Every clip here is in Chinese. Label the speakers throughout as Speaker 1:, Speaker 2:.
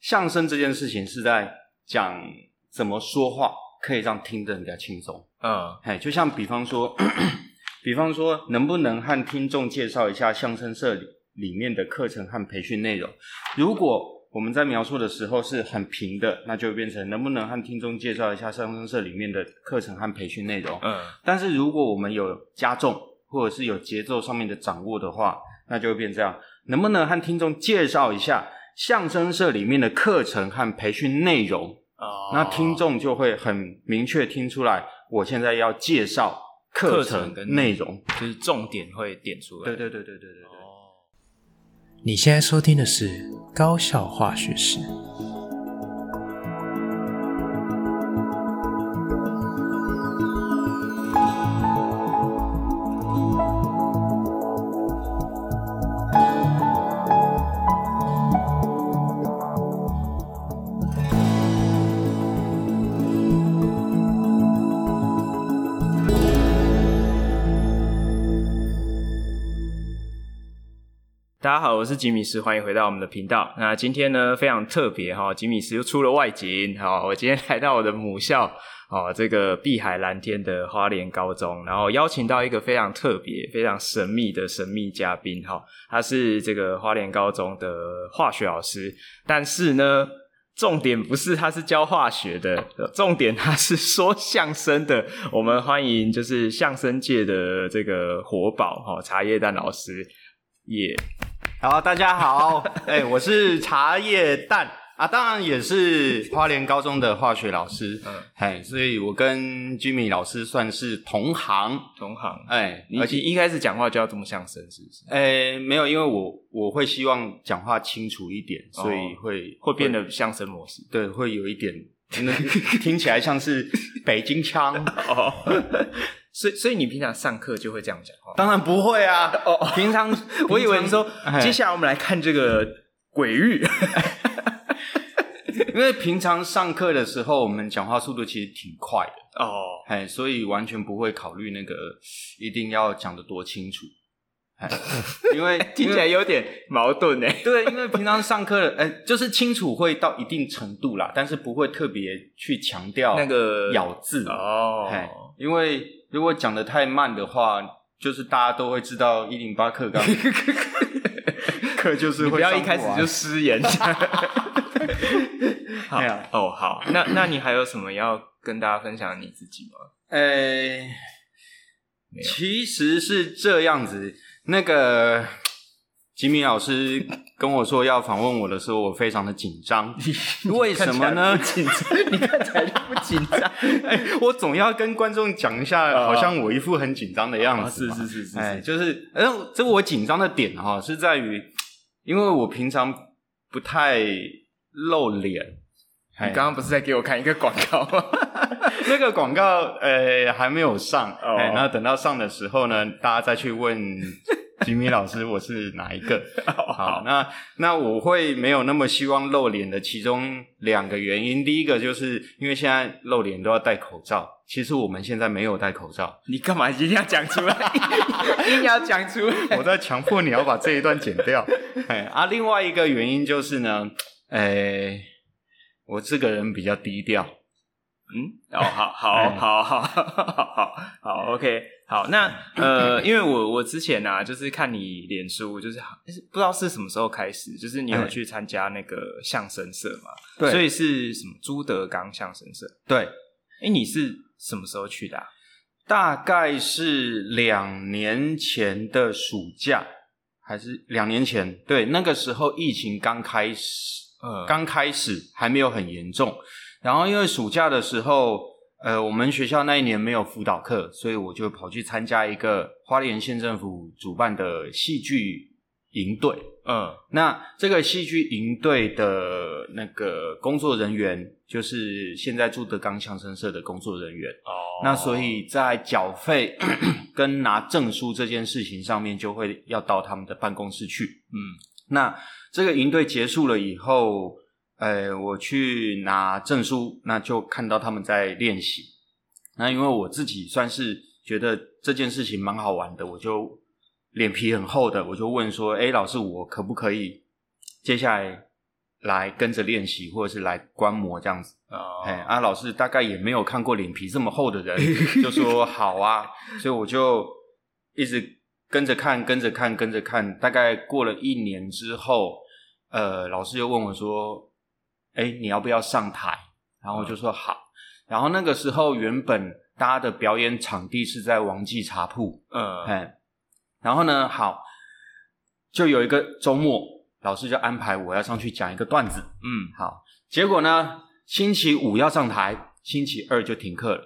Speaker 1: 相声这件事情是在讲怎么说话可以让听的人比较轻松。
Speaker 2: 嗯，
Speaker 1: 哎，就像比方说， 比方说，能不能和听众介绍一下相声社里里面的课程和培训内容？如果我们在描述的时候是很平的，那就会变成能不能和听众介绍一下相声社里面的课程和培训内容？
Speaker 2: 嗯，
Speaker 1: 但是如果我们有加重或者是有节奏上面的掌握的话，那就会变这样。能不能和听众介绍一下相声社里面的课程和培训内容？
Speaker 2: 哦
Speaker 1: 那听众就会很明确听出来，我现在要介绍课程的内容。
Speaker 2: 就是重点会点出来。
Speaker 1: 对对对对对对对。
Speaker 2: 哦，
Speaker 3: 你现在收听的是《高效化学史》。
Speaker 2: 大家好，我是吉米斯，欢迎回到我们的频道。那今天呢非常特别哈、吉米斯又出了外景。好、我今天来到我的母校哦，这个碧海蓝天的花莲高中，然后邀请到一个非常特别、非常神秘的神秘嘉宾哈、他是这个花莲高中的化学老师，但是呢。重点不是他是教化学的，重点他是说相声的。我们欢迎就是相声界的这个活宝哈、茶叶蛋老师，也、
Speaker 1: 好，大家 好，哎、我是茶叶蛋啊，当然也是花莲高中的化学老师，
Speaker 2: 嗯
Speaker 1: 哎，所以我跟 Jimmy 老师算是同行，
Speaker 2: 同行。
Speaker 1: 哎，
Speaker 2: 你
Speaker 1: 而且。
Speaker 2: 一一开始讲话就要这么相声，是不是？
Speaker 1: 哎，没有，因为我我会希望讲话清楚一点，所
Speaker 2: 哦
Speaker 1: 以会、
Speaker 2: 会变得相声模 式。
Speaker 1: 对，会有一点，那听起来像是北京腔，
Speaker 2: 哦，所以所以你平常上课就会这样讲话。
Speaker 1: 当然不会啊，
Speaker 2: 哦，
Speaker 1: 平常
Speaker 2: 我以为你说
Speaker 1: 哎
Speaker 2: 接下来我们来看这个鬼 域。
Speaker 1: 因为平常上课的时候，我们讲话速度其实挺快的，
Speaker 2: 哦，
Speaker 1: 哎，所以完全不会考虑那个一定要讲得多清楚，哎，因为
Speaker 2: 听起来有点矛盾呢。
Speaker 1: 对，因为平常上课的，哎，就是清楚会到一定程度啦，但是不会特别去强调
Speaker 2: 那个
Speaker 1: 咬字，哎
Speaker 2: 哦，，
Speaker 1: 因为如果讲得太慢的话，就是大家都会知道一零八 课纲课就是
Speaker 2: 你
Speaker 1: 会
Speaker 2: 不要一
Speaker 1: 上
Speaker 2: 开始
Speaker 1: 完
Speaker 2: 就失言。好
Speaker 1: 哎呀
Speaker 2: 哦，好，那那你还有什么要跟大家分享你自己吗？
Speaker 1: 呃，
Speaker 2: 没有
Speaker 1: 其实是这样子。那个吉米老师跟我说要访问我的时候，我非常的紧 张。为什么呢
Speaker 2: 你？看起来不紧张，你看 起来就不紧张。
Speaker 1: 哎，我总要跟观众讲一下，
Speaker 2: 哦
Speaker 1: 好像我一副很紧张的样子嘛。
Speaker 2: 啊是是是是，
Speaker 1: 哎，就是，哎，这我紧张的点哈、是在于，因为我平常不太露脸。
Speaker 2: 你刚刚不是在给我看一个广告吗？
Speaker 1: 那个广告呃还没有上，哎、
Speaker 2: 哦
Speaker 1: 那等到上的时候呢，大家再去 问吉米老师我是哪一个。
Speaker 2: 哦
Speaker 1: 好，那那我会没有那么希望露脸的其中两个原因，第一个就是因为现在露脸都要戴口罩，其实我们现在没有戴口罩，
Speaker 2: 你干嘛一定要讲出来？ 一定要讲出来？
Speaker 1: 我在强迫你要把这一段剪掉。 哎，啊，另外一个原因就是呢，哎，我这个人比较低调。
Speaker 2: 嗯，哦，好，好，好，好，好，好，OK，好。那呃，因为我我之前啊，就是看你脸书，就是就是不知道是什么时候开始，就是你有
Speaker 1: 哎
Speaker 2: 去参加那个相声社嘛？
Speaker 1: 对
Speaker 2: 所以是什么朱德刚相声社？
Speaker 1: 对，
Speaker 2: 哎，你是什么时候去的啊？
Speaker 1: 大概是两年前的暑假，还是两年前？对，那个时候疫情刚开始，呃
Speaker 2: 嗯
Speaker 1: 刚开始还没有很严重。然后因为暑假的时候，呃，我们学校那一年没有辅导课，所以我就跑去参加一个花莲县政府主办的戏剧营队。
Speaker 2: 嗯，
Speaker 1: 那这个戏剧营队的那个工作人员，就是现在住德刚相声社的工作人员。
Speaker 2: 哦
Speaker 1: 那所以在缴费 跟拿证书这件事情上面，就会要到他们的办公室去。
Speaker 2: 嗯，
Speaker 1: 那这个营队结束了以后，呃，我去拿证书，那就看到他们在练习。那因为我自己算是觉得这件事情蛮好玩的，我就脸皮很厚的，我就问说：“哎，老师，我可不可以接下来来跟着练习，或者是来观摩这样子。
Speaker 2: 哦
Speaker 1: 哎、啊，老师大概也没有看过脸皮这么厚的人，就说好啊，所以我就一直跟着看，跟着看，跟着看。大概过了一年之后，呃，老师又问我说：“哎、你要不要上台？”然后我就说好。然后那个时候原本大家的表演场地是在王记茶铺，
Speaker 2: 嗯，
Speaker 1: 哎，然后呢，好，就有一个周末，老师就安排我要上去讲一个段子。
Speaker 2: 嗯，
Speaker 1: 好，结果呢，星期五要上台，星期二就停课了，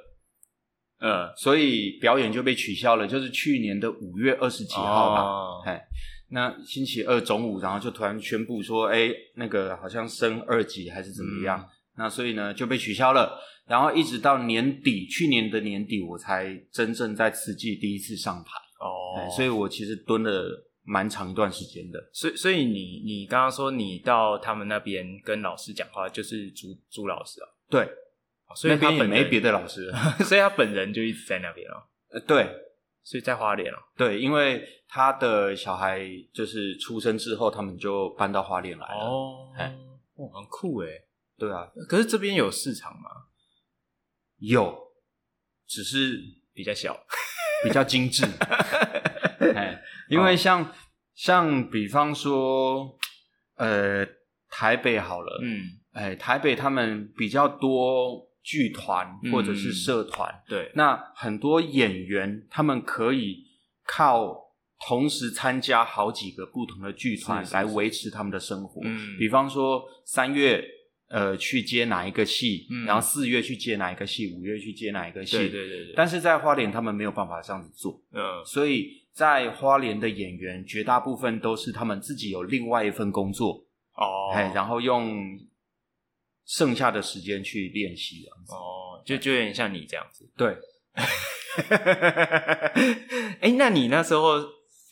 Speaker 2: 呃，
Speaker 1: 所以表演就被取消了，就是去年的五月二十几号吧。
Speaker 2: 吧
Speaker 1: 哎，那星期二中午，然后就突然宣布说，哎，那个好像升二级还是怎么
Speaker 2: 嗯
Speaker 1: 样，那所以呢就被取消了。然后一直到年底，去年的年底，我才真正在慈济第一次上台，哎
Speaker 2: 哦，
Speaker 1: 所以我其实蹲了蛮长一段时间的。
Speaker 2: 所以所以你你刚刚说你到他们那边跟老师讲话，就是朱朱老师啊，哦
Speaker 1: 对，
Speaker 2: 所以
Speaker 1: 那
Speaker 2: 他
Speaker 1: 边也
Speaker 2: 本
Speaker 1: 没
Speaker 2: 人
Speaker 1: 别，的老师了，
Speaker 2: 所以他本人就一直在那边哦，
Speaker 1: 呃对，
Speaker 2: 所以在花莲哦，
Speaker 1: 对，因为他的小孩就是出生之后，他们就搬到花莲来了。，
Speaker 2: 哦
Speaker 1: 哎，
Speaker 2: 哇，很酷诶。
Speaker 1: 对啊，
Speaker 2: 呃可是这边有市场吗？
Speaker 1: 有，只是
Speaker 2: 比较小，
Speaker 1: 比较精 致。哎，因
Speaker 2: 哦
Speaker 1: 为像、像比方说，呃，台北好了，
Speaker 2: 嗯，
Speaker 1: 哎，台北他们比较多剧团或者是
Speaker 2: 嗯
Speaker 1: 社团，
Speaker 2: 对，
Speaker 1: 那很多演员他们可以靠同时参加好几个不同的剧团
Speaker 2: 是是
Speaker 1: 来维持他们的生活。
Speaker 2: 嗯
Speaker 1: 比方说三月呃去接哪一个戏，
Speaker 2: 嗯
Speaker 1: 然后四月去接哪一个戏，五月去接哪一个戏。
Speaker 2: 对对对对，
Speaker 1: 但是在花莲他们没有办法这样子做，
Speaker 2: 嗯
Speaker 1: 所以在花莲的演员绝大部分都是他们自己有另外一份工作，
Speaker 2: 哦，
Speaker 1: 哎、然后用剩下的时间去练习啊。
Speaker 2: 哦，就就有点像你这样子。
Speaker 1: 对，
Speaker 2: 哎、那你那时候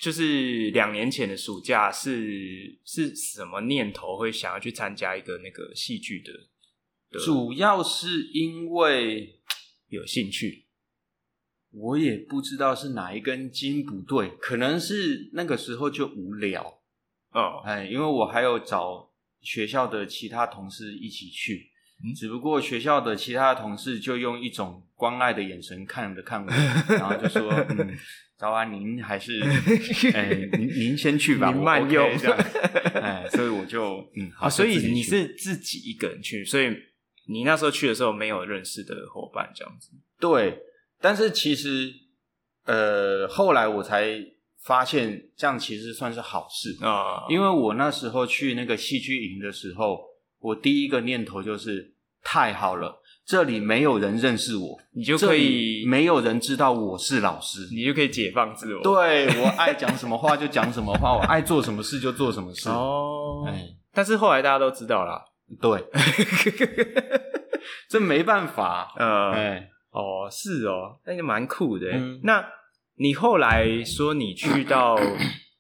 Speaker 2: 就是两年前的暑假是是什么念头会想要去参加一个那个戏剧的的
Speaker 1: 主要是因为
Speaker 2: 有兴趣？
Speaker 1: 我也不知道是哪一根筋不对，可能是那个时候就无聊，
Speaker 2: 哦，
Speaker 1: 哎，因为我还有找学校的其他同事一起去，
Speaker 2: 嗯
Speaker 1: 只不过学校的其他同事就用一种关爱的眼神看着看我，然后就 说：“嗯，早安，您还是，哎，您您先去吧，
Speaker 2: 您
Speaker 1: 我
Speaker 2: 慢
Speaker 1: OK
Speaker 2: 用
Speaker 1: 这样。”哎，所以我就嗯，好，
Speaker 2: 啊，所以
Speaker 1: 就自己
Speaker 2: 你
Speaker 1: 去
Speaker 2: 是自己一个人去，所以你那时候去的时候没有认识的伙伴这样子。
Speaker 1: 对，但是其实呃，后来我才发现这样其实算是好事，
Speaker 2: 啊、
Speaker 1: 因为我那时候去那个戏剧营的时候，我第一个念头就是太好了，这里没有人认识我，
Speaker 2: 你就
Speaker 1: 这
Speaker 2: 可
Speaker 1: 里
Speaker 2: 以，
Speaker 1: 没有人知道我是老师。
Speaker 2: 你就可以解放自我。
Speaker 1: 对我爱讲什么话就讲什么话，我爱做什么事就做什么事。
Speaker 2: 哦，
Speaker 1: 哎，
Speaker 2: 但是后来大家都知道啦。
Speaker 1: 对，这没办 法。
Speaker 2: 呃，
Speaker 1: 哎，
Speaker 2: 哦，是哦，那就蛮酷的欸。
Speaker 1: 嗯
Speaker 2: 那你后来说你去到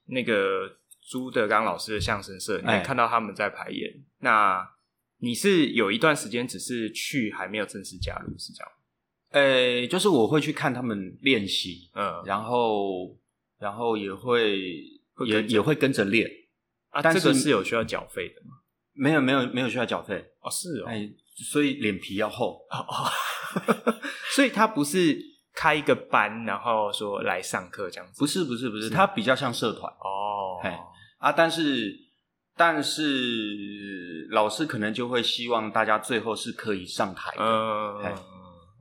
Speaker 2: 那个朱德刚老师的相声社，你
Speaker 1: 哎
Speaker 2: 看到他们在排演，那你是有一段时间只是去，还没有正式加入，是这样吗？
Speaker 1: 呃，就是我会去看他们练习，
Speaker 2: 嗯，
Speaker 1: 然后然后也会
Speaker 2: 会
Speaker 1: 也
Speaker 2: 跟着
Speaker 1: 也会跟着练，
Speaker 2: 啊，
Speaker 1: 但
Speaker 2: 这个
Speaker 1: 是
Speaker 2: 是有需要缴费的吗？
Speaker 1: 没有没有没有需要缴费，
Speaker 2: 哦，是哦，
Speaker 1: 哎，所以脸皮要厚，
Speaker 2: 哦哦， 所以他不是开一个班，然后说来上课这样 子，
Speaker 1: 不是不是不是，
Speaker 2: 是
Speaker 1: 它比较像社团
Speaker 2: 哦，
Speaker 1: 哎啊，但是但是老师可能就会希望大家最后是可以上台的，
Speaker 2: 嗯
Speaker 1: 哎，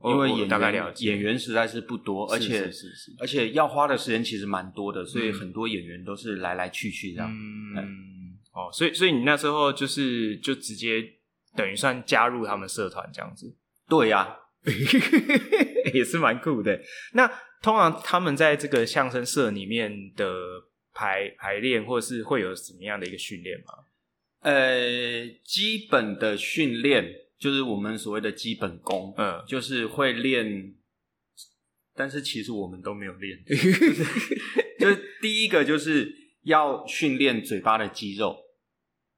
Speaker 2: 我
Speaker 1: 因为
Speaker 2: 我
Speaker 1: 演
Speaker 2: 大概
Speaker 1: 员
Speaker 2: 了解
Speaker 1: 演员实在是不多，而
Speaker 2: 是
Speaker 1: 且
Speaker 2: 是是是
Speaker 1: 而且要花的时间其实蛮多的，所以
Speaker 2: 嗯
Speaker 1: 很多演员都是来来去去这样。
Speaker 2: 嗯，哦，所以所以你那时候就是就直接等于算加入他们社团这样子，
Speaker 1: 对啊呀、
Speaker 2: 也是蛮酷的。那通常他们在这个相声社里面的排排练，或是会有什么样的一个训练吗？
Speaker 1: 呃，基本的训练就是我们所谓的基本功，
Speaker 2: 嗯，
Speaker 1: 就是会练，但是其实我们都没有练。就是就是第一个就是要训练嘴巴的肌肉，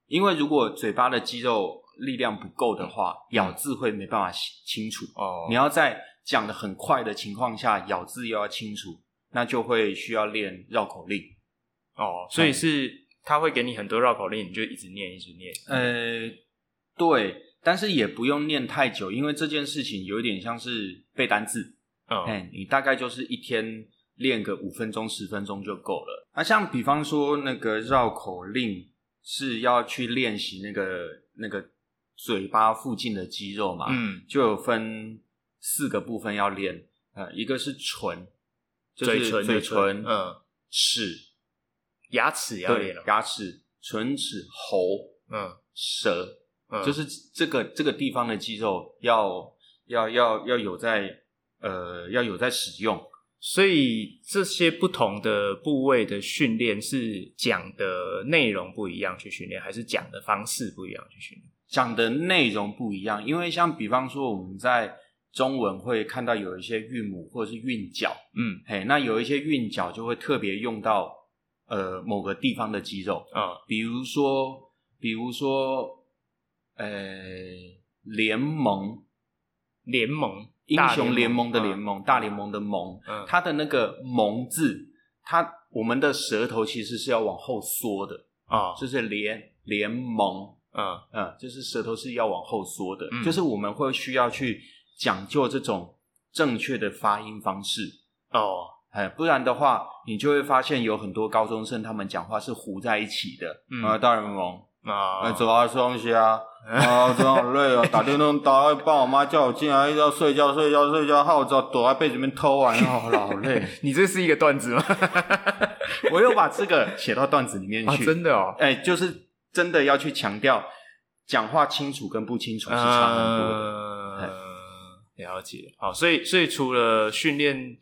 Speaker 1: 因为如果嘴巴的肌肉力量不够的话，咬字会没办法清楚。
Speaker 2: 哦
Speaker 1: 你要在讲的很快的情况下，咬字又要清楚，那就会需要练绕口令。
Speaker 2: 哦，所以是他会给你很多绕口令，你就一直念，一直念。
Speaker 1: 呃，对，但是也不用念太久，因为这件事情有一点像是背单字，哎、
Speaker 2: 嗯，
Speaker 1: 你大概就是一天练个五分钟、十分钟就够了。那、像比方说那个绕口令是要去练习那个那个嘴巴附近的肌肉嘛，
Speaker 2: 嗯，
Speaker 1: 就有分四个部分要练，呃，一个是唇，就是
Speaker 2: 嘴唇，
Speaker 1: 嘴
Speaker 2: 唇
Speaker 1: 唇，，
Speaker 2: 嗯，
Speaker 1: 齿，
Speaker 2: 牙齿也要
Speaker 1: 对
Speaker 2: 练了，，
Speaker 1: 牙齿、唇齿、喉、
Speaker 2: 嗯
Speaker 1: 舌，
Speaker 2: 嗯，
Speaker 1: 就是这个这个地方的肌肉要要要要有在呃要有在使用。
Speaker 2: 所以这些不同的部位的训练是讲的内容不一样去训练，还是讲的方式不一样去训练？
Speaker 1: 讲的内容不一样，因为像比方说我们在中文会看到有一些韵母或者是韵脚，
Speaker 2: 嗯
Speaker 1: 嘿，那有一些韵脚就会特别用到呃某个地方的肌肉，
Speaker 2: 啊
Speaker 1: 比如说比如说呃联盟
Speaker 2: 联盟
Speaker 1: 英
Speaker 2: 大
Speaker 1: 雄联盟的
Speaker 2: 嗯
Speaker 1: 联盟大联盟的盟，
Speaker 2: 嗯
Speaker 1: 它的那个盟字，它我们的舌头其实是要往后缩的，
Speaker 2: 啊
Speaker 1: 就是联联盟，
Speaker 2: 嗯
Speaker 1: 嗯，就是舌头是要往后缩的，
Speaker 2: 嗯
Speaker 1: 就是我们会需要去讲究这种正确的发音方式，
Speaker 2: 哦
Speaker 1: 哎，不然的话，你就会发现有很多高中生他们讲话是糊在一起的，
Speaker 2: 嗯
Speaker 1: 啊，大人萌，哎、
Speaker 2: 啊
Speaker 1: 走啊，吃东西啊，啊，真的好累哦，打电动打到一半，我妈叫我进来，要睡觉睡觉睡觉，害我只好躲在被子里面偷玩，哦，好老累。
Speaker 2: 你这是一个段子吗？
Speaker 1: 我又把这个写到段子里面
Speaker 2: 啊，
Speaker 1: 去，
Speaker 2: 真的哦，
Speaker 1: 哎、就是真的要去强调讲话清楚跟不清楚是差很多的。
Speaker 2: 呃了解，好，所以所以除了训练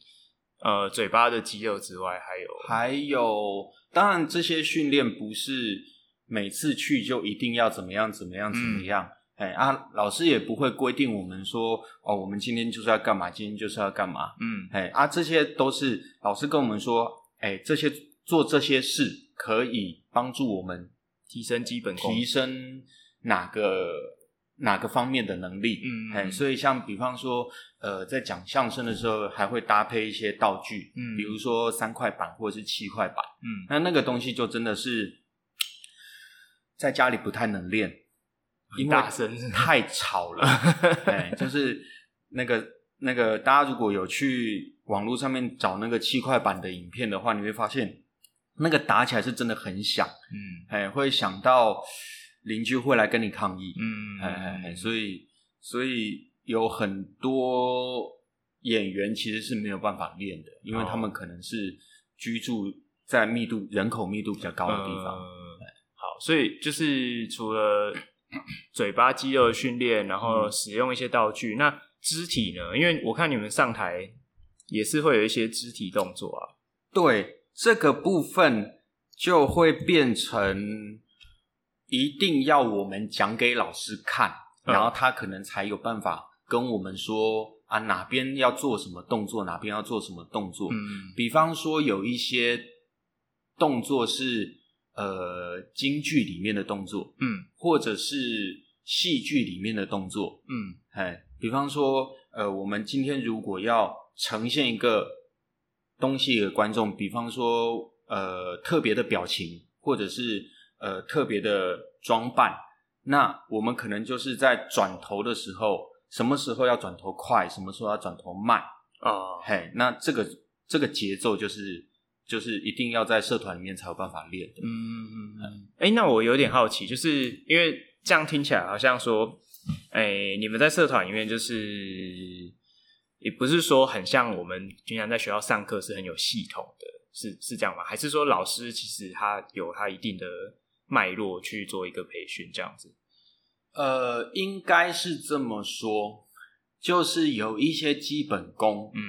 Speaker 2: 呃嘴巴的肌肉之外，还有
Speaker 1: 还有，当然这些训练不是每次去就一定要怎么样怎么样怎么
Speaker 2: 嗯
Speaker 1: 样。哎啊，老师也不会规定我们说哦，我们今天就是要干嘛，今天就是要干嘛。
Speaker 2: 嗯
Speaker 1: 哎啊，这些都是老师跟我们说，哎，这些做这些事可以帮助我们
Speaker 2: 提升基本功
Speaker 1: 提升哪个哪个方面的能力。
Speaker 2: 嗯嗯
Speaker 1: 哎，
Speaker 2: 嗯
Speaker 1: 所以像比方说，呃，在讲相声的时候，还会搭配一些道具，
Speaker 2: 嗯
Speaker 1: 比如说三块板或者是七块板，
Speaker 2: 嗯
Speaker 1: 那那个东西就真的是在家里不太能练，因为
Speaker 2: 大声是吗
Speaker 1: 太吵了。哎，就是那个那个，大家如果有去网络上面找那个七块板的影片的话，你会发现那个打起来是真的很响，
Speaker 2: 嗯
Speaker 1: 哎，会响到邻居会来跟你抗议，
Speaker 2: 嗯
Speaker 1: 哎哎哎，所以所以有很多演员其实是没有办法练的，因为他
Speaker 2: 哦
Speaker 1: 们可能是居住在密度人口密度比较高的地方，
Speaker 2: 呃好，所以就是除了嘴巴肌肉的训练，然后
Speaker 1: 嗯
Speaker 2: 使用一些道具，那肢体呢？因为我看你们上台也是会有一些肢体动作啊。
Speaker 1: 对这个部分就会变成一定要我们讲给老师看，
Speaker 2: 嗯
Speaker 1: 然后他可能才有办法跟我们说啊哪边要做什么动作，哪边要做什么动作。
Speaker 2: 嗯
Speaker 1: 比方说有一些动作是呃京剧里面的动作，
Speaker 2: 嗯
Speaker 1: 或者是戏剧里面的动作，
Speaker 2: 嗯
Speaker 1: 哎，比方说，呃，我们今天如果要呈现一个东西给观众，比方说，呃，特别的表情，或者是呃特别的装扮，那我们可能就是在转头的时候，什么时候要转头快，什么时候要转头慢，
Speaker 2: 哦，
Speaker 1: 嘿，那这个这个节奏就是就是一定要在社团里面才有办法练的。
Speaker 2: 嗯嗯嗯。哎、那我有点好奇，就是因为这样听起来好像说，哎、你们在社团里面就是也不是说很像我们平常在学校上课是很有系统的，是是这样吗？还是说老师其实他有他一定的脉络去做一个培训这样子？
Speaker 1: 呃，应该是这么说，就是有一些基本功，
Speaker 2: 嗯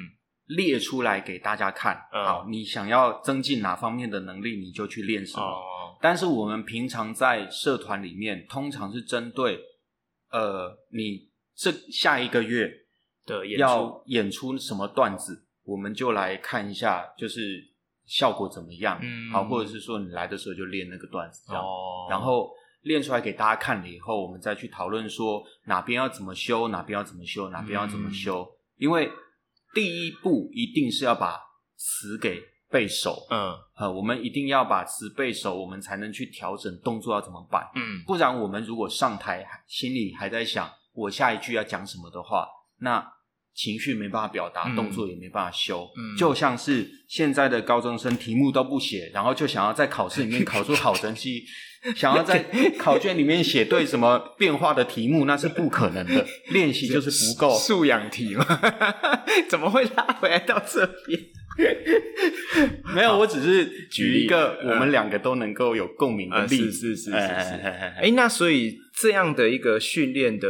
Speaker 1: 列出来给大家看。
Speaker 2: 嗯
Speaker 1: 好，你想要增进哪方面的能力，你就去练什么。
Speaker 2: 哦
Speaker 1: 但是我们平常在社团里面，通常是针对呃，你这下一个月
Speaker 2: 的演出，
Speaker 1: 要演出什么段子，我们就来看一下，就是效果怎么样。
Speaker 2: 嗯
Speaker 1: 好，或者是说你来的时候就练那个段子这样。
Speaker 2: 哦
Speaker 1: 然后练出来给大家看了以后，我们再去讨论说哪边要怎么修，哪边要怎么修，
Speaker 2: 嗯
Speaker 1: 哪边要怎么修。因为第一步一定是要把词给背熟，
Speaker 2: 嗯
Speaker 1: 呃，我们一定要把词背熟，我们才能去调整动作要怎么摆。
Speaker 2: 嗯
Speaker 1: 不然我们如果上台心里还在想我下一句要讲什么的话，那情绪没办法表达，
Speaker 2: 嗯
Speaker 1: 动作也没办法修。
Speaker 2: 嗯
Speaker 1: 就像是现在的高中生题目都不写，然后就想要在考试里面考出好成绩，想要在考卷里面写对什么变化的题目，那是不可能的。练习就是不够。
Speaker 2: 素养题嘛， 怎么会拉回来到这边？
Speaker 1: 没有，我只是
Speaker 2: 举
Speaker 1: 举一
Speaker 2: 例
Speaker 1: 个
Speaker 2: 呃
Speaker 1: 我们两个都能够有共鸣的
Speaker 2: 呃，
Speaker 1: 例
Speaker 2: 是
Speaker 1: 子。
Speaker 2: 是是是
Speaker 1: 哎哎
Speaker 2: 是。
Speaker 1: 哎哎哎
Speaker 2: 哎，那所以这样的一个训练的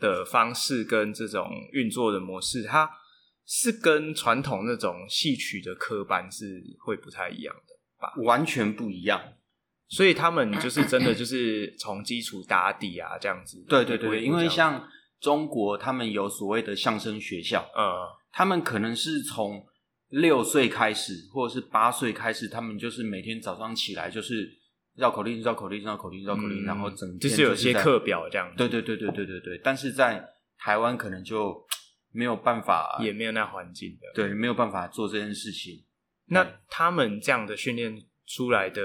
Speaker 2: 的方式跟这种运作的模式，它是跟传统那种戏曲的科班是会不太一样的，
Speaker 1: 完全不一样。
Speaker 2: 所以他们就是真的就是从基础打底啊，这样子。
Speaker 1: 对对
Speaker 2: 不
Speaker 1: 对，
Speaker 2: 会
Speaker 1: 因为
Speaker 2: 这样
Speaker 1: 像中国他们有所谓的相声学校，
Speaker 2: 呃
Speaker 1: 他们可能是从六岁开始，或者是八岁开始，他们就是每天早上起来就是绕口令、绕口令、绕口令、绕口令，
Speaker 2: 嗯
Speaker 1: 然后整天
Speaker 2: 就是有
Speaker 1: 在
Speaker 2: 些课。表这样子，
Speaker 1: 对对对对对对对，但是在台湾可能就没有办法，
Speaker 2: 也没有那环境的。
Speaker 1: 对没有办法做这件事情。
Speaker 2: 那他们这样的训练出来的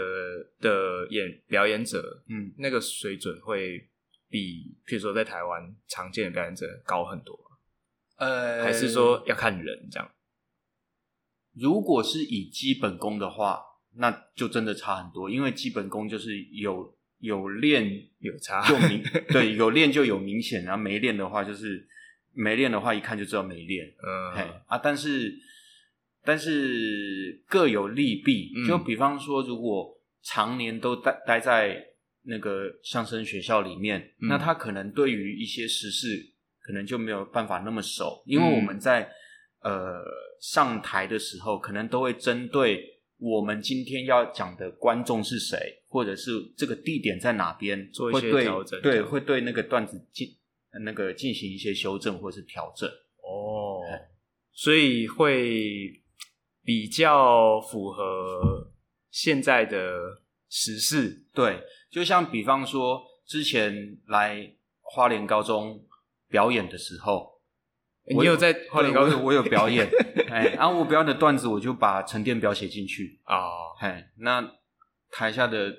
Speaker 2: 的演表演者，
Speaker 1: 嗯，
Speaker 2: 那个水准会比，譬如说在台湾常见的表演者高很多吗，
Speaker 1: 呃，
Speaker 2: 还是说要看人这样？
Speaker 1: 如果是以基本功的话，那就真的差很多，因为基本功就是有有练
Speaker 2: 有差
Speaker 1: 就明对有练就有明显，然后没练的话就是没练的话一看就知道没练，嘿
Speaker 2: 嗯
Speaker 1: 啊，但是但是各有利弊，
Speaker 2: 嗯
Speaker 1: 就比方说如果常年都待待在那个相声学校里面，
Speaker 2: 嗯
Speaker 1: 那他可能对于一些时事可能就没有办法那么熟，因
Speaker 2: 嗯
Speaker 1: 为我们在、呃上台的时候，可能都会针对我们今天要讲的观众是谁，或者是这个地点在哪边，
Speaker 2: 做一
Speaker 1: 会
Speaker 2: 些
Speaker 1: 对
Speaker 2: 调整这
Speaker 1: 对，
Speaker 2: 样
Speaker 1: 会对那个段子进呃那个进行一些修正或是调整。
Speaker 2: 哦，所以会比较符合现在的时事，
Speaker 1: 对，就像比方说之前来花莲高中表演的时候，
Speaker 2: 你
Speaker 1: 我
Speaker 2: 有在花莲
Speaker 1: 对
Speaker 2: 高
Speaker 1: 我有
Speaker 2: 中
Speaker 1: 我有表 演，哎，然、后我表演的段子我就把沉淀表写进去，
Speaker 2: 哦，
Speaker 1: 哎，那台下的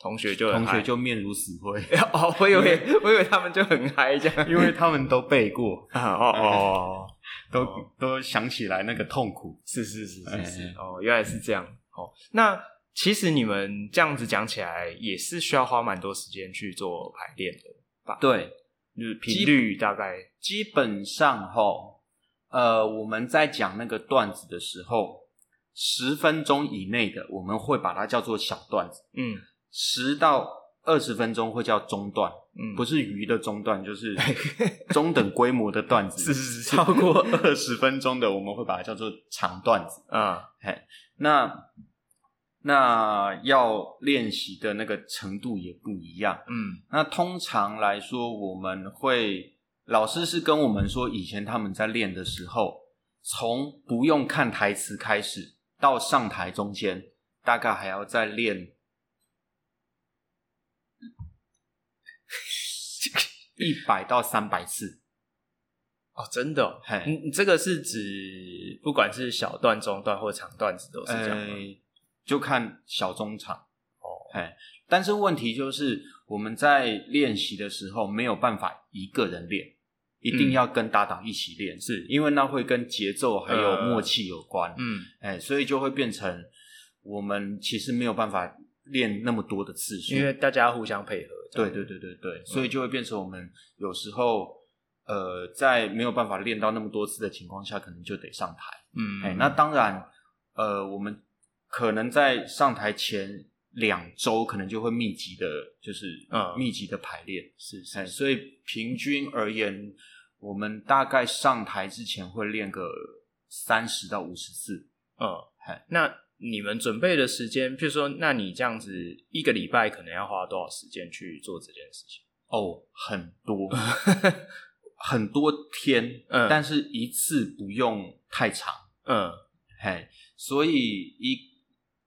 Speaker 2: 同学就很
Speaker 1: 同学
Speaker 2: 嗨
Speaker 1: 就面如死灰，
Speaker 2: 哦，我以为 我以为他们就很嗨这样，
Speaker 1: 因为他们都背过，
Speaker 2: 啊哦哦，
Speaker 1: 都、
Speaker 2: 哦
Speaker 1: 都想起来那个痛苦。
Speaker 2: 是是是是是
Speaker 1: 哎，
Speaker 2: 哦，原来是这样哦。那其实你们这样子讲起来，也是需要花蛮多时间去做排练的，
Speaker 1: 对，
Speaker 2: 就是频率大概
Speaker 1: 基本上哈，呃，我们在讲那个段子的时候，十分钟以内的我们会把它叫做小段子。
Speaker 2: 嗯
Speaker 1: 十到二十分钟会叫中段，
Speaker 2: 嗯，
Speaker 1: 不是鱼的中段，就是中等规模的段子。
Speaker 2: 是是是
Speaker 1: 超过二十分钟的，我们会把它叫做长段子。
Speaker 2: 啊
Speaker 1: 那那要练习的那个程度也不一样。
Speaker 2: 嗯
Speaker 1: 那通常来说，我们会老师是跟我们说，以前他们在练的时候，从不用看台词开始，到上台中间，大概还要再练一百到三百次。
Speaker 2: 哦，真的哦
Speaker 1: 嘿，
Speaker 2: 你你这个是指不管是小段、中段或长段子都是这样吗？
Speaker 1: 呃，就看小中场哦，哎，但是问题就是我们在练习的时候没有办法一个人练，一
Speaker 2: 嗯
Speaker 1: 定要跟搭档一起练，是因为那会跟节奏还有
Speaker 2: 呃
Speaker 1: 默契有关，
Speaker 2: 嗯
Speaker 1: 哎、所以就会变成我们其实没有办法练那么多的次数，
Speaker 2: 因为嗯大家互相配合，这
Speaker 1: 对
Speaker 2: 样
Speaker 1: 对对对对，所以就会变成我们有时候。呃，在没有办法练到那么多次的情况下，可能就得上台。
Speaker 2: 嗯，
Speaker 1: 哎、那当然，呃，我们可能在上台前两周，可能就会密集的，就是
Speaker 2: 嗯
Speaker 1: 密集的排练。
Speaker 2: 是是
Speaker 1: 哎、所以平均而言，我们大概上台之前会练个三十到五十次。
Speaker 2: 嗯
Speaker 1: 嗨，
Speaker 2: 那你们准备的时间，譬如说，那你这样子一个礼拜可能要花多少时间去做这件事情？
Speaker 1: 哦，很 多很多天，
Speaker 2: 嗯
Speaker 1: 但是一次不用太长。呃
Speaker 2: 嗯
Speaker 1: 嘿，所以一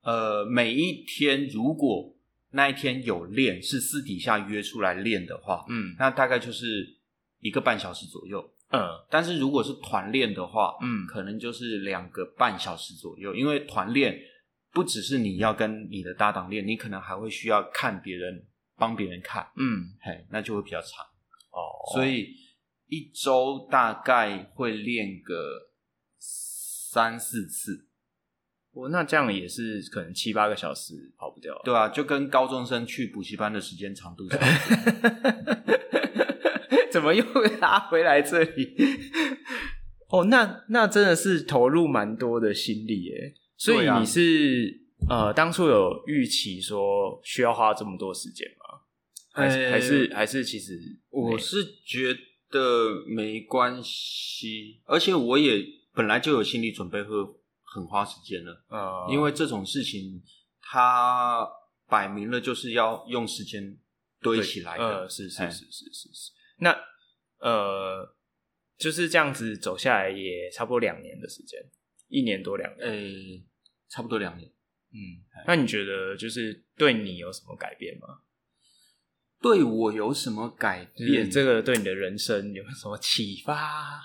Speaker 1: 呃每一天，如果那一天有练，是私底下约出来练的话，
Speaker 2: 嗯
Speaker 1: 那大概就是一个半小时左右。
Speaker 2: 嗯
Speaker 1: 但是如果是团练的话，
Speaker 2: 嗯
Speaker 1: 可能就是两个半小时左右，因为团练不只是你要跟你的搭档练，你可能还会需要看别人帮别人看，
Speaker 2: 嗯，
Speaker 1: 嘿，那就会比较长。
Speaker 2: 哦，
Speaker 1: 所以一周大概会练个三四次，
Speaker 2: 我那这样也是可能七八个小时跑不掉了。
Speaker 1: 对啊，就跟高中生去补习班的时间长度差不多。
Speaker 2: 怎么又拉回来这里？哦，那那真的是投入蛮多的心力耶。所以
Speaker 1: 对啊
Speaker 2: 你是、呃，当初有预期说需要花这么多时间吗？还是、
Speaker 1: 呃
Speaker 2: 还是还是其实
Speaker 1: 我是觉得没关系，而且我也本来就有心理准备，会很花时间了，
Speaker 2: 呃，
Speaker 1: 因为这种事情它摆明了就是要用时间堆起来的。
Speaker 2: 呃，是是
Speaker 1: 哎
Speaker 2: 是是是是。那呃，就是这样子走下来也差不多两年的时间，一年多两年。
Speaker 1: 诶、差不多两年。
Speaker 2: 嗯，
Speaker 1: 哎
Speaker 2: 那你觉得就是对你有什么改变吗？
Speaker 1: 对我有什么改
Speaker 2: 就是
Speaker 1: 变？
Speaker 2: 嗯这个对你的人生有没有什么启发？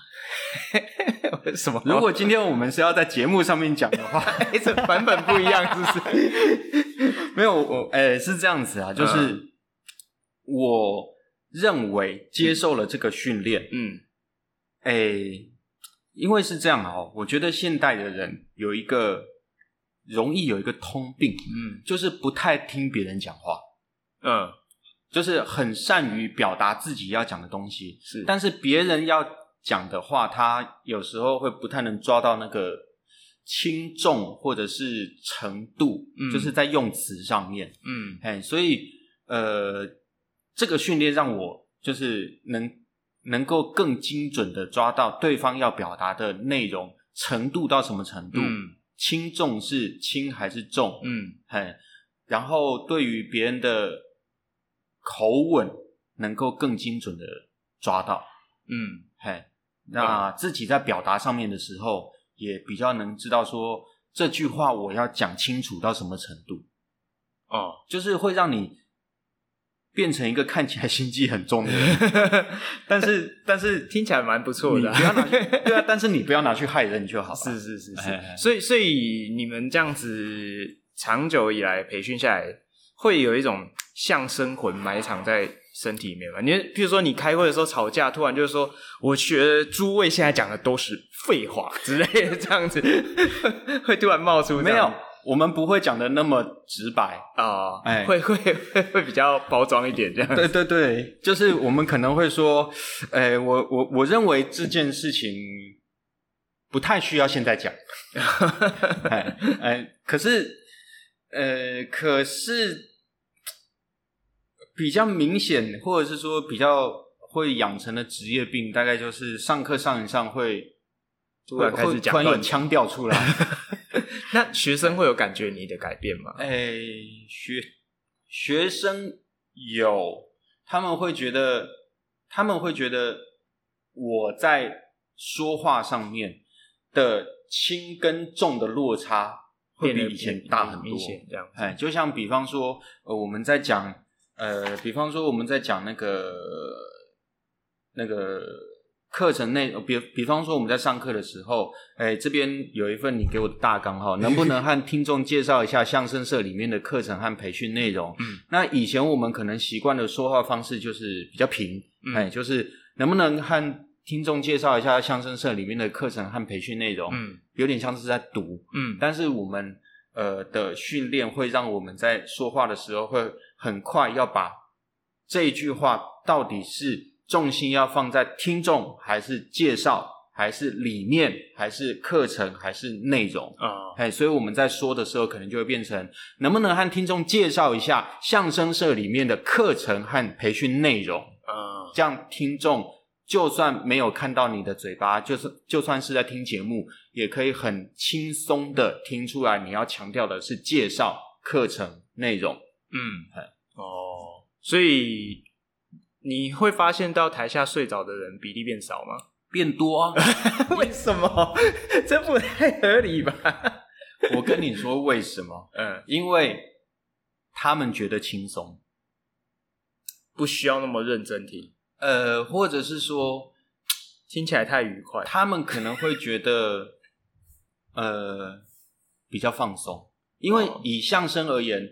Speaker 2: 有什么？
Speaker 1: 如果今天我们是要在节目上面讲的话，
Speaker 2: 一直版本不一样，是 不是？
Speaker 1: 没有我，诶、是这样子啊，就是、
Speaker 2: 嗯
Speaker 1: 我认为接受了这个训练，
Speaker 2: 嗯
Speaker 1: 诶，因为是这样哦，我觉得现代的人有一个容易有一个通病，
Speaker 2: 嗯
Speaker 1: 就是不太听别人讲话，
Speaker 2: 嗯，
Speaker 1: 就是很善于表达自己要讲的东西，
Speaker 2: 是
Speaker 1: 但是别人要讲的话，他有时候会不太能抓到那个轻重或者是程度，
Speaker 2: 嗯
Speaker 1: 就是在用词上面。
Speaker 2: 嗯
Speaker 1: 哎，所以呃，这个训练让我就是能能够更精准的抓到对方要表达的内容程度到什么程度，
Speaker 2: 嗯
Speaker 1: 轻重是轻还是重，
Speaker 2: 嗯
Speaker 1: 哎，然后对于别人的口吻能够更精准的抓到，
Speaker 2: 嗯
Speaker 1: 嘿，那自己在表达上面的时候，也比较能知道说这句话我要讲清楚到什么程度。
Speaker 2: 哦，
Speaker 1: 就是会让你变成一个看起来心机很重的 人，但是但是
Speaker 2: 听起来蛮不错的啊
Speaker 1: 你不要拿去对啊，但是你不要拿去害人就好了。
Speaker 2: 是是是
Speaker 1: 哎
Speaker 2: 是。
Speaker 1: 哎
Speaker 2: 所以所以你们这样子长久以来培训下来，会有一种像生魂埋藏在身体里面吗？你比如说你开会的时候吵架，突然就是说，我觉得诸位现在讲的都是废话之类的，这样子 会突然冒出这
Speaker 1: 没
Speaker 2: 样
Speaker 1: 有，我们不会讲的那么直白。
Speaker 2: 哦，
Speaker 1: 哎
Speaker 2: 会会会会比较包装一点这样 子。
Speaker 1: 对对对，就是我们可能会说，呃，我我我认为这件事情不太需要现在讲，哎哎，可是呃，可是比较明显，或者是说比较会养成的职业病，大概就是上课上一上会
Speaker 2: 突然
Speaker 1: 会
Speaker 2: 开始
Speaker 1: 会
Speaker 2: 讲
Speaker 1: 突然有
Speaker 2: 段子
Speaker 1: 腔调出来，
Speaker 2: 那学生会有感觉你的改变吗？
Speaker 1: 哎，学学生有，他们会觉得，他们会觉得我在说话上面的轻跟重的落差会
Speaker 2: 变得
Speaker 1: 比以前大很
Speaker 2: 明
Speaker 1: 多。
Speaker 2: 显这样子。
Speaker 1: 哎，就像比方说，呃，我们在讲，呃，比方说我们在讲那个那个课程内，呃比比方说我们在上课的时候，哎，这边有一份你给我的大纲哈，能不能和听众介绍一下相声社里面的课程和培训内容？
Speaker 2: 嗯，
Speaker 1: 那以前我们可能习惯的说话方式就是比较平，
Speaker 2: 嗯
Speaker 1: 哎，就是能不能和听众介绍一下相声社里面的课程和培训内容？
Speaker 2: 嗯
Speaker 1: 有点像是在读，
Speaker 2: 嗯
Speaker 1: 但是我们呃的训练会让我们在说话的时候会很快要把这一句话到底是重心要放在听众还是介绍还是理念还是课程还是内容。
Speaker 2: 啊
Speaker 1: 哎，所以我们在说的时候，可能就会变成能不能和听众介绍一下相声社里面的课程和培训内容？
Speaker 2: 啊
Speaker 1: 这样听众就算没有看到你的嘴巴，就是就算是在听节目，也可以很轻松的听出来你要强调的是介绍课程内容。
Speaker 2: 嗯哦，所以你会发现到台下睡着的人比例变少吗？
Speaker 1: 变多啊！
Speaker 2: 为什么？ 这不太合理 吧？
Speaker 1: 我跟你说为什么？
Speaker 2: 嗯，
Speaker 1: 因为他们觉得轻松，
Speaker 2: 不需要那么认真听。
Speaker 1: 呃，或者是说，
Speaker 2: 听起来太愉快。
Speaker 1: 他们可能会觉得，呃，比较放松，因为
Speaker 2: 哦
Speaker 1: 以相声而言，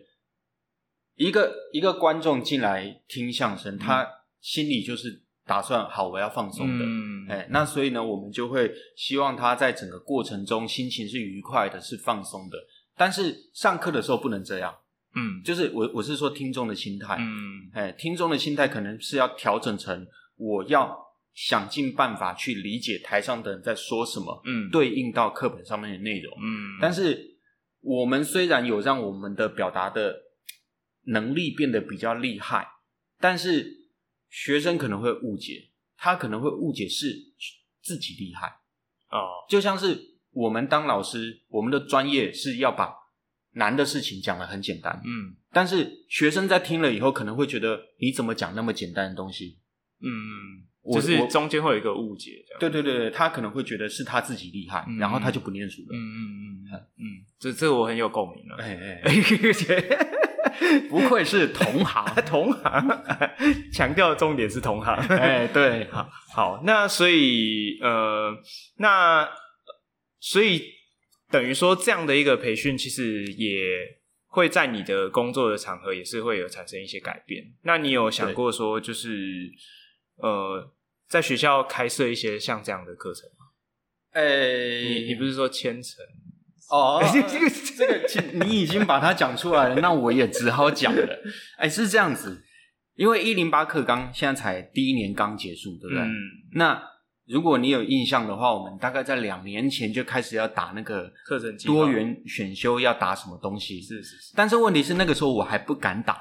Speaker 1: 一个一个观众进来听相
Speaker 2: 嗯
Speaker 1: 声，他心里就是打算好我要放松的，
Speaker 2: 嗯，
Speaker 1: 哎，那所以呢，我们就会希望他在整个过程中心情是愉快的，是放松的。但是上课的时候不能这样，
Speaker 2: 嗯
Speaker 1: 就是我我是说听众的心态，
Speaker 2: 嗯
Speaker 1: 哎，听众的心态可能是要调整成我要想尽办法去理解台上的人在说什么，
Speaker 2: 嗯，，
Speaker 1: 对应到课本上面的内容。
Speaker 2: 嗯，
Speaker 1: 但是我们虽然有让我们的表达的能力变得比较厉害，但是学生可能会误解，他可能会误解是自己厉害，
Speaker 2: 哦，
Speaker 1: 就像是我们当老师，我们的专业是要把难的事情讲得很简单，
Speaker 2: 嗯
Speaker 1: 但是学生在听了以后可能会觉得你怎么讲那么简单的东西？
Speaker 2: 嗯，
Speaker 1: 我
Speaker 2: 就是
Speaker 1: 我
Speaker 2: 中间会有一个误解，这样。
Speaker 1: 对对对对，他可能会觉得是他自己厉害，
Speaker 2: 嗯
Speaker 1: 然后他就不念书了。
Speaker 2: 嗯嗯嗯嗯，这这个我很有共鸣啊 了。
Speaker 1: 哎哎哎，不愧是同行，
Speaker 2: 同行，强调的重点是同行。
Speaker 1: 哎对，
Speaker 2: 好好，那所以呃，那所以等于说这样的一个培训，其实也会在你的工作的场合也是会有产生一些改变。那你有想
Speaker 1: 对
Speaker 2: 过说，就是呃，在学校开设一些像这样的课程吗？
Speaker 1: 哎，
Speaker 2: 你你不是说千层？
Speaker 1: 哦
Speaker 2: 嗯，这个
Speaker 1: 这个其你已经把它讲出来了，那我也只好讲了。哎，是这样子，因为一零八课纲现在才第一年刚结束，对不对？
Speaker 2: 嗯，
Speaker 1: 那如果你有印象的话，我们大概在两年前就开始要打那个
Speaker 2: 课程计划
Speaker 1: 多元选修要打什么东西，
Speaker 2: 是是是，
Speaker 1: 但是问题是那个时候我还不敢打，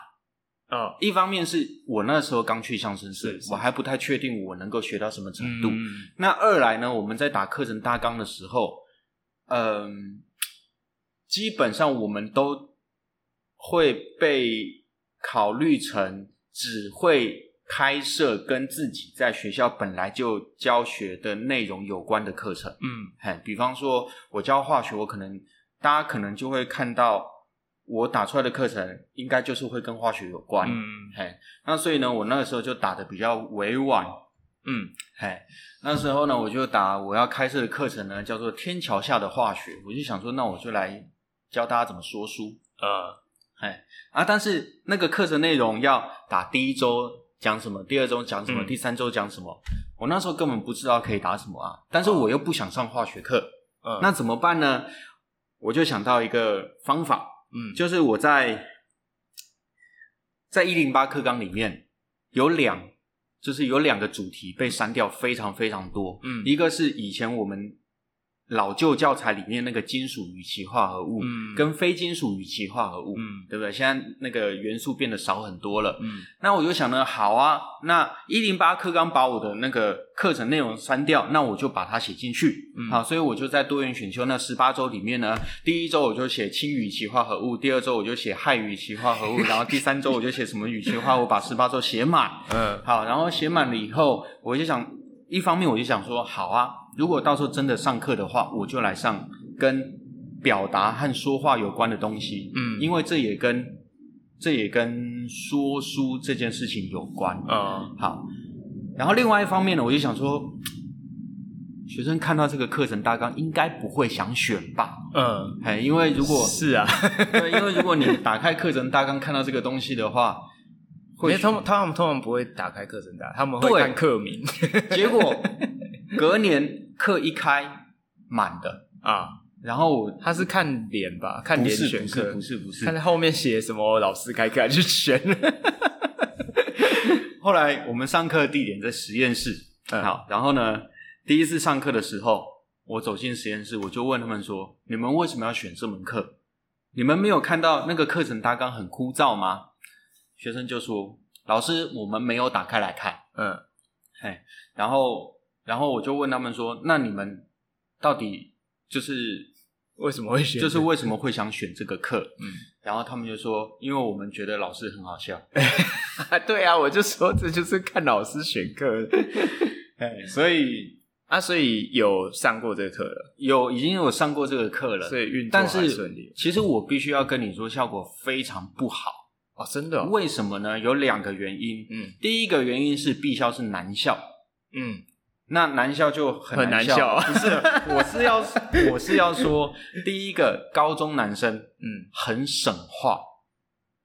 Speaker 2: 哦，
Speaker 1: 一方面是我那时候刚去相声社
Speaker 2: 是，是
Speaker 1: 我还不太确定我能够学到什么程度。
Speaker 2: 嗯
Speaker 1: 那二来呢，我们在打课程大纲的时候，嗯，基本上我们都会被考虑成只会开设跟自己在学校本来就教学的内容有关的课程。
Speaker 2: 嗯
Speaker 1: 嘿，比方说我教化学，我可能大家可能就会看到我打出来的课程应该就是会跟化学有关。
Speaker 2: 嗯
Speaker 1: 嘿，那所以呢，我那个时候就打的比较委婉，
Speaker 2: 嗯
Speaker 1: 嘿，那时候呢，我就打我要开设的课程呢，叫做《天桥下的化学》，我就想说，那我就来教大家怎么说书
Speaker 2: 呃
Speaker 1: 啊。但是那个课程内容要打第一周讲什么，第二周讲什么，
Speaker 2: 嗯
Speaker 1: 第三周讲什么，我那时候根本不知道可以打什么啊。但是
Speaker 2: 哦
Speaker 1: 我又不想上化学课，
Speaker 2: 呃，
Speaker 1: 那怎么办呢？我就想到一个方法，
Speaker 2: 嗯
Speaker 1: 就是我在在一零八课纲里面有两，就是有两个主题被删掉非常非常多。
Speaker 2: 嗯
Speaker 1: 一个是以前我们老旧教材里面那个金属与其化合物，
Speaker 2: 嗯
Speaker 1: 跟非金属与其化合物，
Speaker 2: 嗯
Speaker 1: 对不对？现在那个元素变得少很多了。
Speaker 2: 嗯
Speaker 1: 那我就想呢，好啊，那一零八课纲把我的那个课程内容删掉，那我就把它写进去。
Speaker 2: 嗯
Speaker 1: 好，所以我就在多元选修那十八周里面呢，第一周我就写氢与其化合物，第二周我就写氦与其化合物，然后第三周我就写什么与其化合物，把十八周写满。
Speaker 2: 呃
Speaker 1: 好，然后写满了以后，我就想，一方面我就想说，好啊，如果到时候真的上课的话，我就来上跟表达和说话有关的东西。
Speaker 2: 嗯
Speaker 1: 因为这也跟这也跟说书这件事情有关。
Speaker 2: 呃
Speaker 1: 好，然后另外一方面呢，我就想说，学生看到这个课程大纲，应该不会想选吧？
Speaker 2: 呃，
Speaker 1: 哎，因为如 果
Speaker 2: 是啊，
Speaker 1: 对，因为如果你打开课程大纲看到这个东西的话，
Speaker 2: 因
Speaker 1: 会
Speaker 2: 为他们他们通常不会打开课程打，他们会
Speaker 1: 对
Speaker 2: 看课名
Speaker 1: 结果隔年课一开满的，
Speaker 2: 啊，
Speaker 1: 然后我
Speaker 2: 他是看脸吧，看
Speaker 1: 不
Speaker 2: 脸
Speaker 1: 是
Speaker 2: 选
Speaker 1: 不是
Speaker 2: 课
Speaker 1: 不，是不是
Speaker 2: 看，后面写什么老师开课 就选了，
Speaker 1: 后来我们上课的地点在实验室，
Speaker 2: 嗯
Speaker 1: 好，然后呢，第一次上课的时候，我走进实验室，我就问他们说：“你们为什么要选这门课？你们没有看到那个课程大纲很枯燥吗？”学生就说：“老师，我们没有打开来看。
Speaker 2: 嗯”
Speaker 1: 然后，然后我就问他们说：“那你们到底就是
Speaker 2: 为什么会选
Speaker 1: 就是为什么会想选这个课？”
Speaker 2: 嗯，
Speaker 1: 然后他们就说：“因为我们觉得老师很好笑。”
Speaker 2: 啊， 对啊，我就说这就是看老师选课
Speaker 1: 哎，所以
Speaker 2: 啊，所以有上过这个课了，
Speaker 1: 有已经有上过这个课了，
Speaker 2: 所以运作
Speaker 1: 但
Speaker 2: 还顺利
Speaker 1: 是其实我必须要跟你说，效果非常不好。
Speaker 2: 哦，真的哦，
Speaker 1: 为什么呢？有两个原因。
Speaker 2: 嗯
Speaker 1: 第一个原因是 B 校是男校，
Speaker 2: 嗯
Speaker 1: 那男校就很
Speaker 2: 很
Speaker 1: 难
Speaker 2: 难
Speaker 1: 笑，
Speaker 2: 笑
Speaker 1: 不是，我是 要我是要说，第一个高中男生
Speaker 2: 嗯
Speaker 1: 很省话，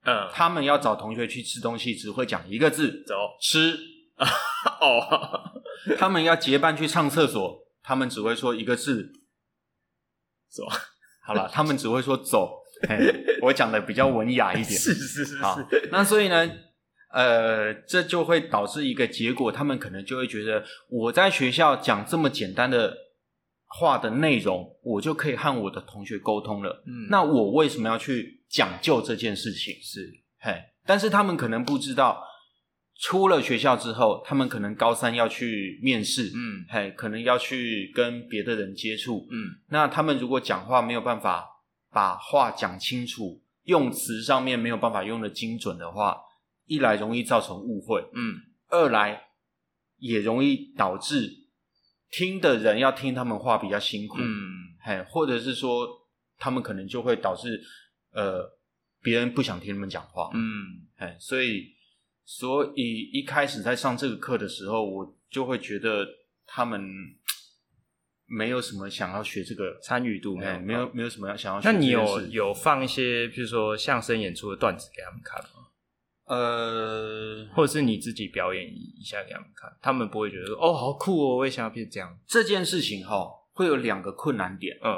Speaker 2: 嗯，
Speaker 1: 他们要找同学去吃东西，只会讲一个字
Speaker 2: 走
Speaker 1: “吃
Speaker 2: 哦，”，
Speaker 1: 他们要结伴去上厕所，他们只会说一个字“
Speaker 2: 走”。
Speaker 1: 好了，他们只会说“走”，嘿我讲的比较文雅一 点。
Speaker 2: 是是是
Speaker 1: 好
Speaker 2: 是，，
Speaker 1: 那所以呢，呃，这就会导致一个结果，他们可能就会觉得我在学校讲这么简单的话的内容，我就可以和我的同学沟通了。
Speaker 2: 嗯
Speaker 1: 那我为什么要去讲究这件事情？是，嘿，但是他们可能不知道，出了学校之后，他们可能高三要去面试，
Speaker 2: 嗯
Speaker 1: 嘿，可能要去跟别的人接触，
Speaker 2: 嗯
Speaker 1: 那他们如果讲话没有办法把话讲清楚，用词上面没有办法用的精准的话，一来容易造成误会，
Speaker 2: 嗯
Speaker 1: 二来也容易导致听的人要听他们话比较辛苦，
Speaker 2: 嗯，
Speaker 1: 嘿，或者是说他们可能就会导致呃别人不想听他们讲话，
Speaker 2: 嗯
Speaker 1: 哎，所以所以一开始在上这个课的时候，我就会觉得他们没有什么想要学这个
Speaker 2: 参与度没有
Speaker 1: 哎没有没有什么要想要学这
Speaker 2: 那
Speaker 1: 件
Speaker 2: 你
Speaker 1: 事。
Speaker 2: 有有放一些，譬如说相声演出的段子给他们看吗？
Speaker 1: 呃，
Speaker 2: 或者是你自己表演一下给他们看，他们不会觉得说哦好酷哦，我也想要变这样。
Speaker 1: 这件事情哈、会有两个困难点。
Speaker 2: 嗯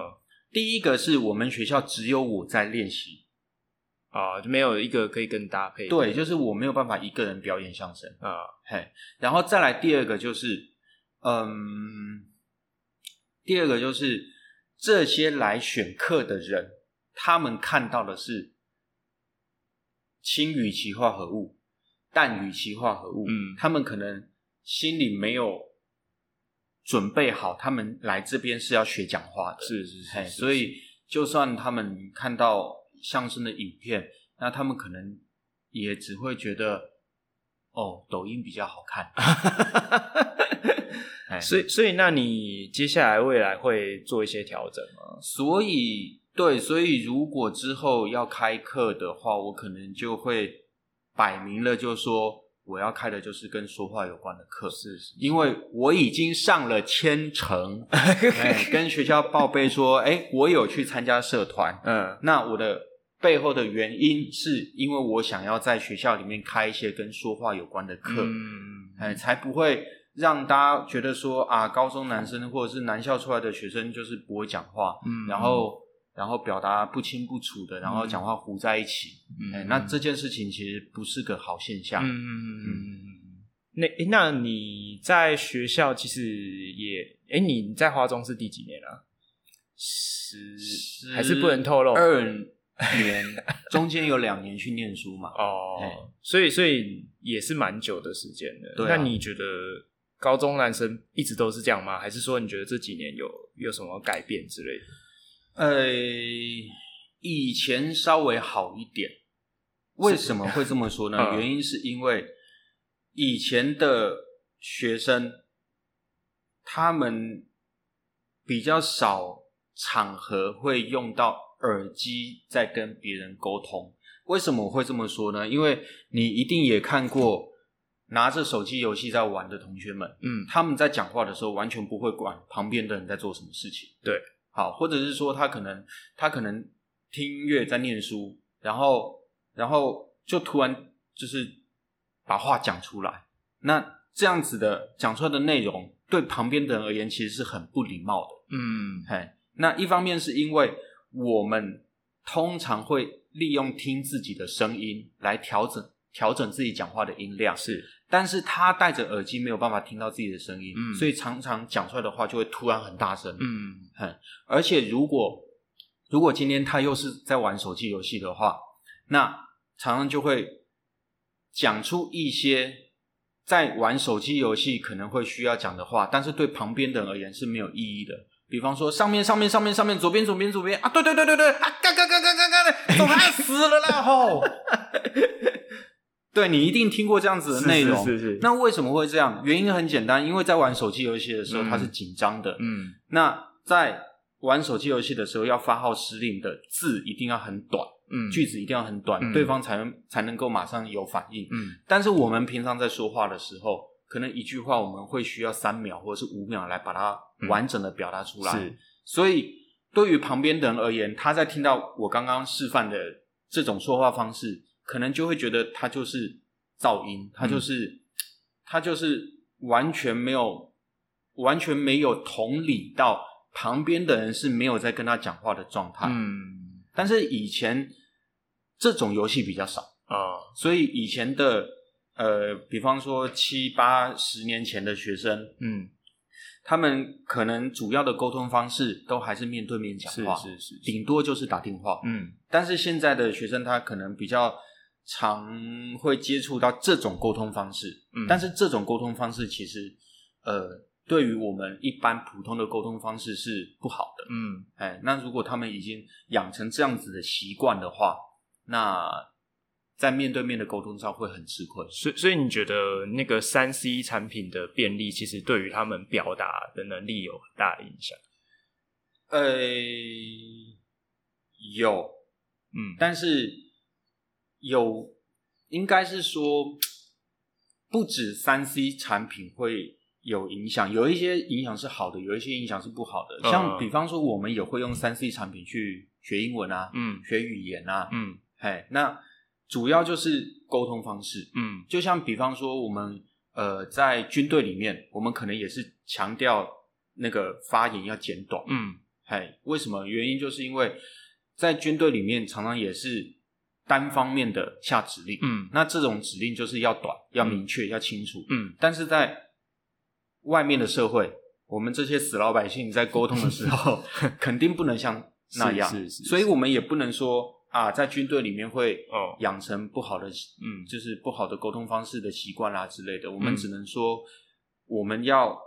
Speaker 1: 第一个是我们学校只有我在练习，
Speaker 2: 啊，就没有一个可以跟搭配。
Speaker 1: 对，就是我没有办法一个人表演相声。
Speaker 2: 啊，
Speaker 1: 嘿，然后再来第二个就是，嗯，第二个就是这些来选课的人，他们看到的是氢与其化合物、氮与其化合物，
Speaker 2: 嗯
Speaker 1: 他们可能心里没有准备好，他们来这边是要学讲话的，
Speaker 2: 是是是
Speaker 1: 嘿，
Speaker 2: 是
Speaker 1: 所以就算他们看到相声的影片，那他们可能也只会觉得，哦，抖音比较好看。哎
Speaker 2: 所以所以那你接下来未来会做一些调整吗？
Speaker 1: 所以对，所以如果之后要开课的话，我可能就会摆明了，就说我要开的就是跟说话有关的课，
Speaker 2: 是是
Speaker 1: 因为我已经上了千 层， 哎跟学校报备说，哎，我有去参加社团，
Speaker 2: 嗯
Speaker 1: 那我的背后的原因是因为我想要在学校里面开一些跟说话有关的课，
Speaker 2: 嗯
Speaker 1: 哎，才不会让大家觉得说啊，高中男生或者是男校出来的学生就是不会讲话，
Speaker 2: 嗯
Speaker 1: 然后然后表达不清不楚的，然后讲话糊在一起。哎，那这件事情其实不是个好现象。
Speaker 2: 嗯，那诶那你在学校其实也诶，你在花中是第几年啊？十还是不能透露
Speaker 1: 二年中间有两年去念书嘛，哎
Speaker 2: 哦，所以所以也是蛮久的时间的。
Speaker 1: 对啊
Speaker 2: 那你觉得高中男生一直都是这样吗？还是说你觉得这几年有有什么改变之类的？
Speaker 1: 呃，以前稍微好一点。为什么会这么说呢？
Speaker 2: 嗯
Speaker 1: 原因是因为以前的学生，他们比较少场合会用到耳机在跟别人沟通。为什么我会这么说呢？因为你一定也看过拿着手机游戏在玩的同学们，
Speaker 2: 嗯
Speaker 1: 他们在讲话的时候完全不会管旁边的人在做什么事情。
Speaker 2: 对，
Speaker 1: 好，或者是说他可能他可能听音乐在念书，然后然后就突然就是把话讲出来，那这样子的讲出来的内容对旁边的人而言其实是很不礼貌的。
Speaker 2: 嗯
Speaker 1: 嘿，那一方面是因为我们通常会利用听自己的声音来调整调整自己讲话的音量，
Speaker 2: 是
Speaker 1: 但是他戴着耳机没有办法听到自己的声音，
Speaker 2: 嗯
Speaker 1: 所以常常讲出来的话就会突然很大声。
Speaker 2: 嗯
Speaker 1: 而且如果如果今天他又是在玩手机游戏的话，那常常就会讲出一些在玩手机游戏可能会需要讲的话，但是对旁边的人而言是没有意义的。比方说上面上面上面上面左边左边左边啊，对对对对对啊，干干干干干干的，总爱死了啦吼！对你一定听过这样子的内容，
Speaker 2: 是是是
Speaker 1: 那为什么会这样？原因很简单，因为在玩手机游戏的时候
Speaker 2: 嗯
Speaker 1: 他是紧张的，
Speaker 2: 嗯
Speaker 1: 那在玩手机游戏的时候，要发号施令的字一定要很短，
Speaker 2: 嗯
Speaker 1: 句子一定要很短，
Speaker 2: 嗯
Speaker 1: 对方才能才能够马上有反应。
Speaker 2: 嗯
Speaker 1: 但是我们平常在说话的时候，可能一句话我们会需要三秒或者是五秒来把它完整的表达出来。
Speaker 2: 嗯是，
Speaker 1: 所以对于旁边的人而言，他在听到我刚刚示范的这种说话方式，可能就会觉得他就是噪音，
Speaker 2: 嗯
Speaker 1: 他就是、他就是完全没有完全没有同理到旁边的人是没有在跟他讲话的状态。
Speaker 2: 嗯，
Speaker 1: 但是以前这种游戏比较少，
Speaker 2: 哦，
Speaker 1: 所以以前的呃，比方说七八十年前的学生，
Speaker 2: 嗯，
Speaker 1: 他们可能主要的沟通方式都还是面对面讲
Speaker 2: 是
Speaker 1: 话，
Speaker 2: 是是，
Speaker 1: 顶多就是打电话。
Speaker 2: 嗯，
Speaker 1: 但是现在的学生他可能比较常会接触到这种沟通方式，
Speaker 2: 嗯
Speaker 1: 但是这种沟通方式其实呃，对于我们一般普通的沟通方式是不好的。
Speaker 2: 嗯，
Speaker 1: 哎，那如果他们已经养成这样子的习惯的话，那在面对面的沟通上会很吃亏。
Speaker 2: 所以所以你觉得那个三 C 产品的便利，其实对于他们表达的能力有很大的影响？
Speaker 1: 呃，有，
Speaker 2: 嗯，
Speaker 1: 但是有应该是说，不止三 C 产品会有影响，有一些影响是好的，有一些影响是不好的。
Speaker 2: 嗯
Speaker 1: 像比方说，我们也会用三 C 产品去学英文啊，
Speaker 2: 嗯
Speaker 1: 学语言啊，
Speaker 2: 嗯
Speaker 1: 哎，那主要就是沟通方式。
Speaker 2: 嗯
Speaker 1: 就像比方说我们呃在军队里面，我们可能也是强调那个发言要简短。
Speaker 2: 嗯
Speaker 1: 哎，为什么？原因就是因为在军队里面常常也是单方面的下指令，
Speaker 2: 嗯
Speaker 1: 那这种指令就是要短、要明确、要清楚。
Speaker 2: 嗯，
Speaker 1: 但是在外面的社会，我们这些死老百姓在沟通的时 候，肯定不能像那样，
Speaker 2: 是是是
Speaker 1: 所以我们也不能说啊，在军队里面会
Speaker 2: 哦
Speaker 1: 养成不好的
Speaker 2: 嗯
Speaker 1: 就是不好的沟通方式的习惯啦之类的，我们
Speaker 2: 嗯
Speaker 1: 只能说我们要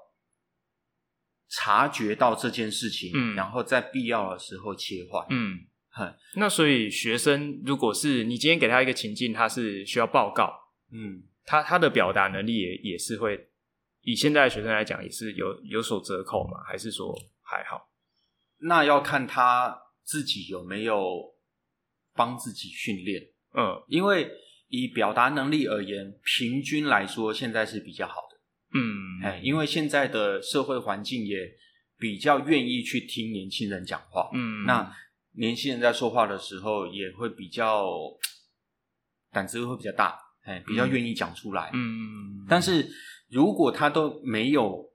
Speaker 1: 察觉到这件事情，
Speaker 2: 嗯
Speaker 1: 然后在必要的时候切换。
Speaker 2: 嗯
Speaker 1: 嗨，
Speaker 2: 那所以学生如果是你今天给他一个情境，他是需要报告，
Speaker 1: 嗯，
Speaker 2: 他他的表达能力也也是会，以现在的学生来讲也是有有所折扣嘛？还是说还好？
Speaker 1: 那要看他自己有没有帮自己训练，
Speaker 2: 嗯
Speaker 1: 因为以表达能力而言，平均来说现在是比较好的。
Speaker 2: 嗯
Speaker 1: 哎，因为现在的社会环境也比较愿意去听年轻人讲话。
Speaker 2: 嗯
Speaker 1: 那年轻人在说话的时候也会比较胆子会比较大，哎，比较愿意讲出来。，
Speaker 2: 嗯，
Speaker 1: 但是如果他都没有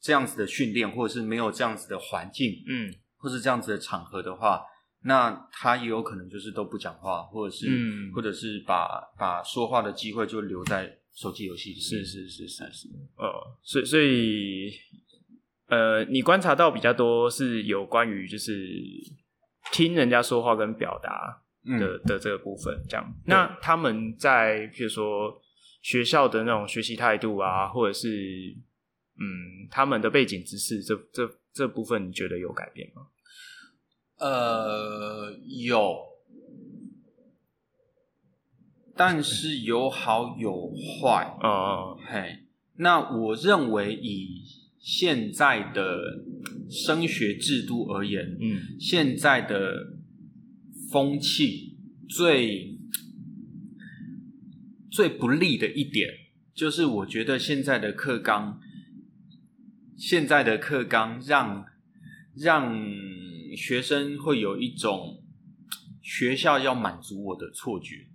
Speaker 1: 这样子的训练，或者是没有这样子的环境，
Speaker 2: 嗯
Speaker 1: 或是这样子的场合的话，那他也有可能就是都不讲话，或者是、
Speaker 2: 嗯
Speaker 1: 或者是把把说话的机会就留在手机游戏里面。
Speaker 2: 是是是是是呃，所以所以呃，你观察到比较多是有关于就是听人家说话跟表达
Speaker 1: 嗯，
Speaker 2: 的的这个部分，这样。那他们在譬如说学校的那种学习态度啊，或者是嗯他们的背景知识，这这这部分你觉得有改变吗？
Speaker 1: 呃，有。但是有好有坏，
Speaker 2: 哦、
Speaker 1: 嘿，那我认为以现在的升学制度而言，
Speaker 2: 嗯
Speaker 1: 现在的风气最最不利的一点，就是我觉得现在的课纲，现在的课纲让让学生会有一种学校要满足我的错觉。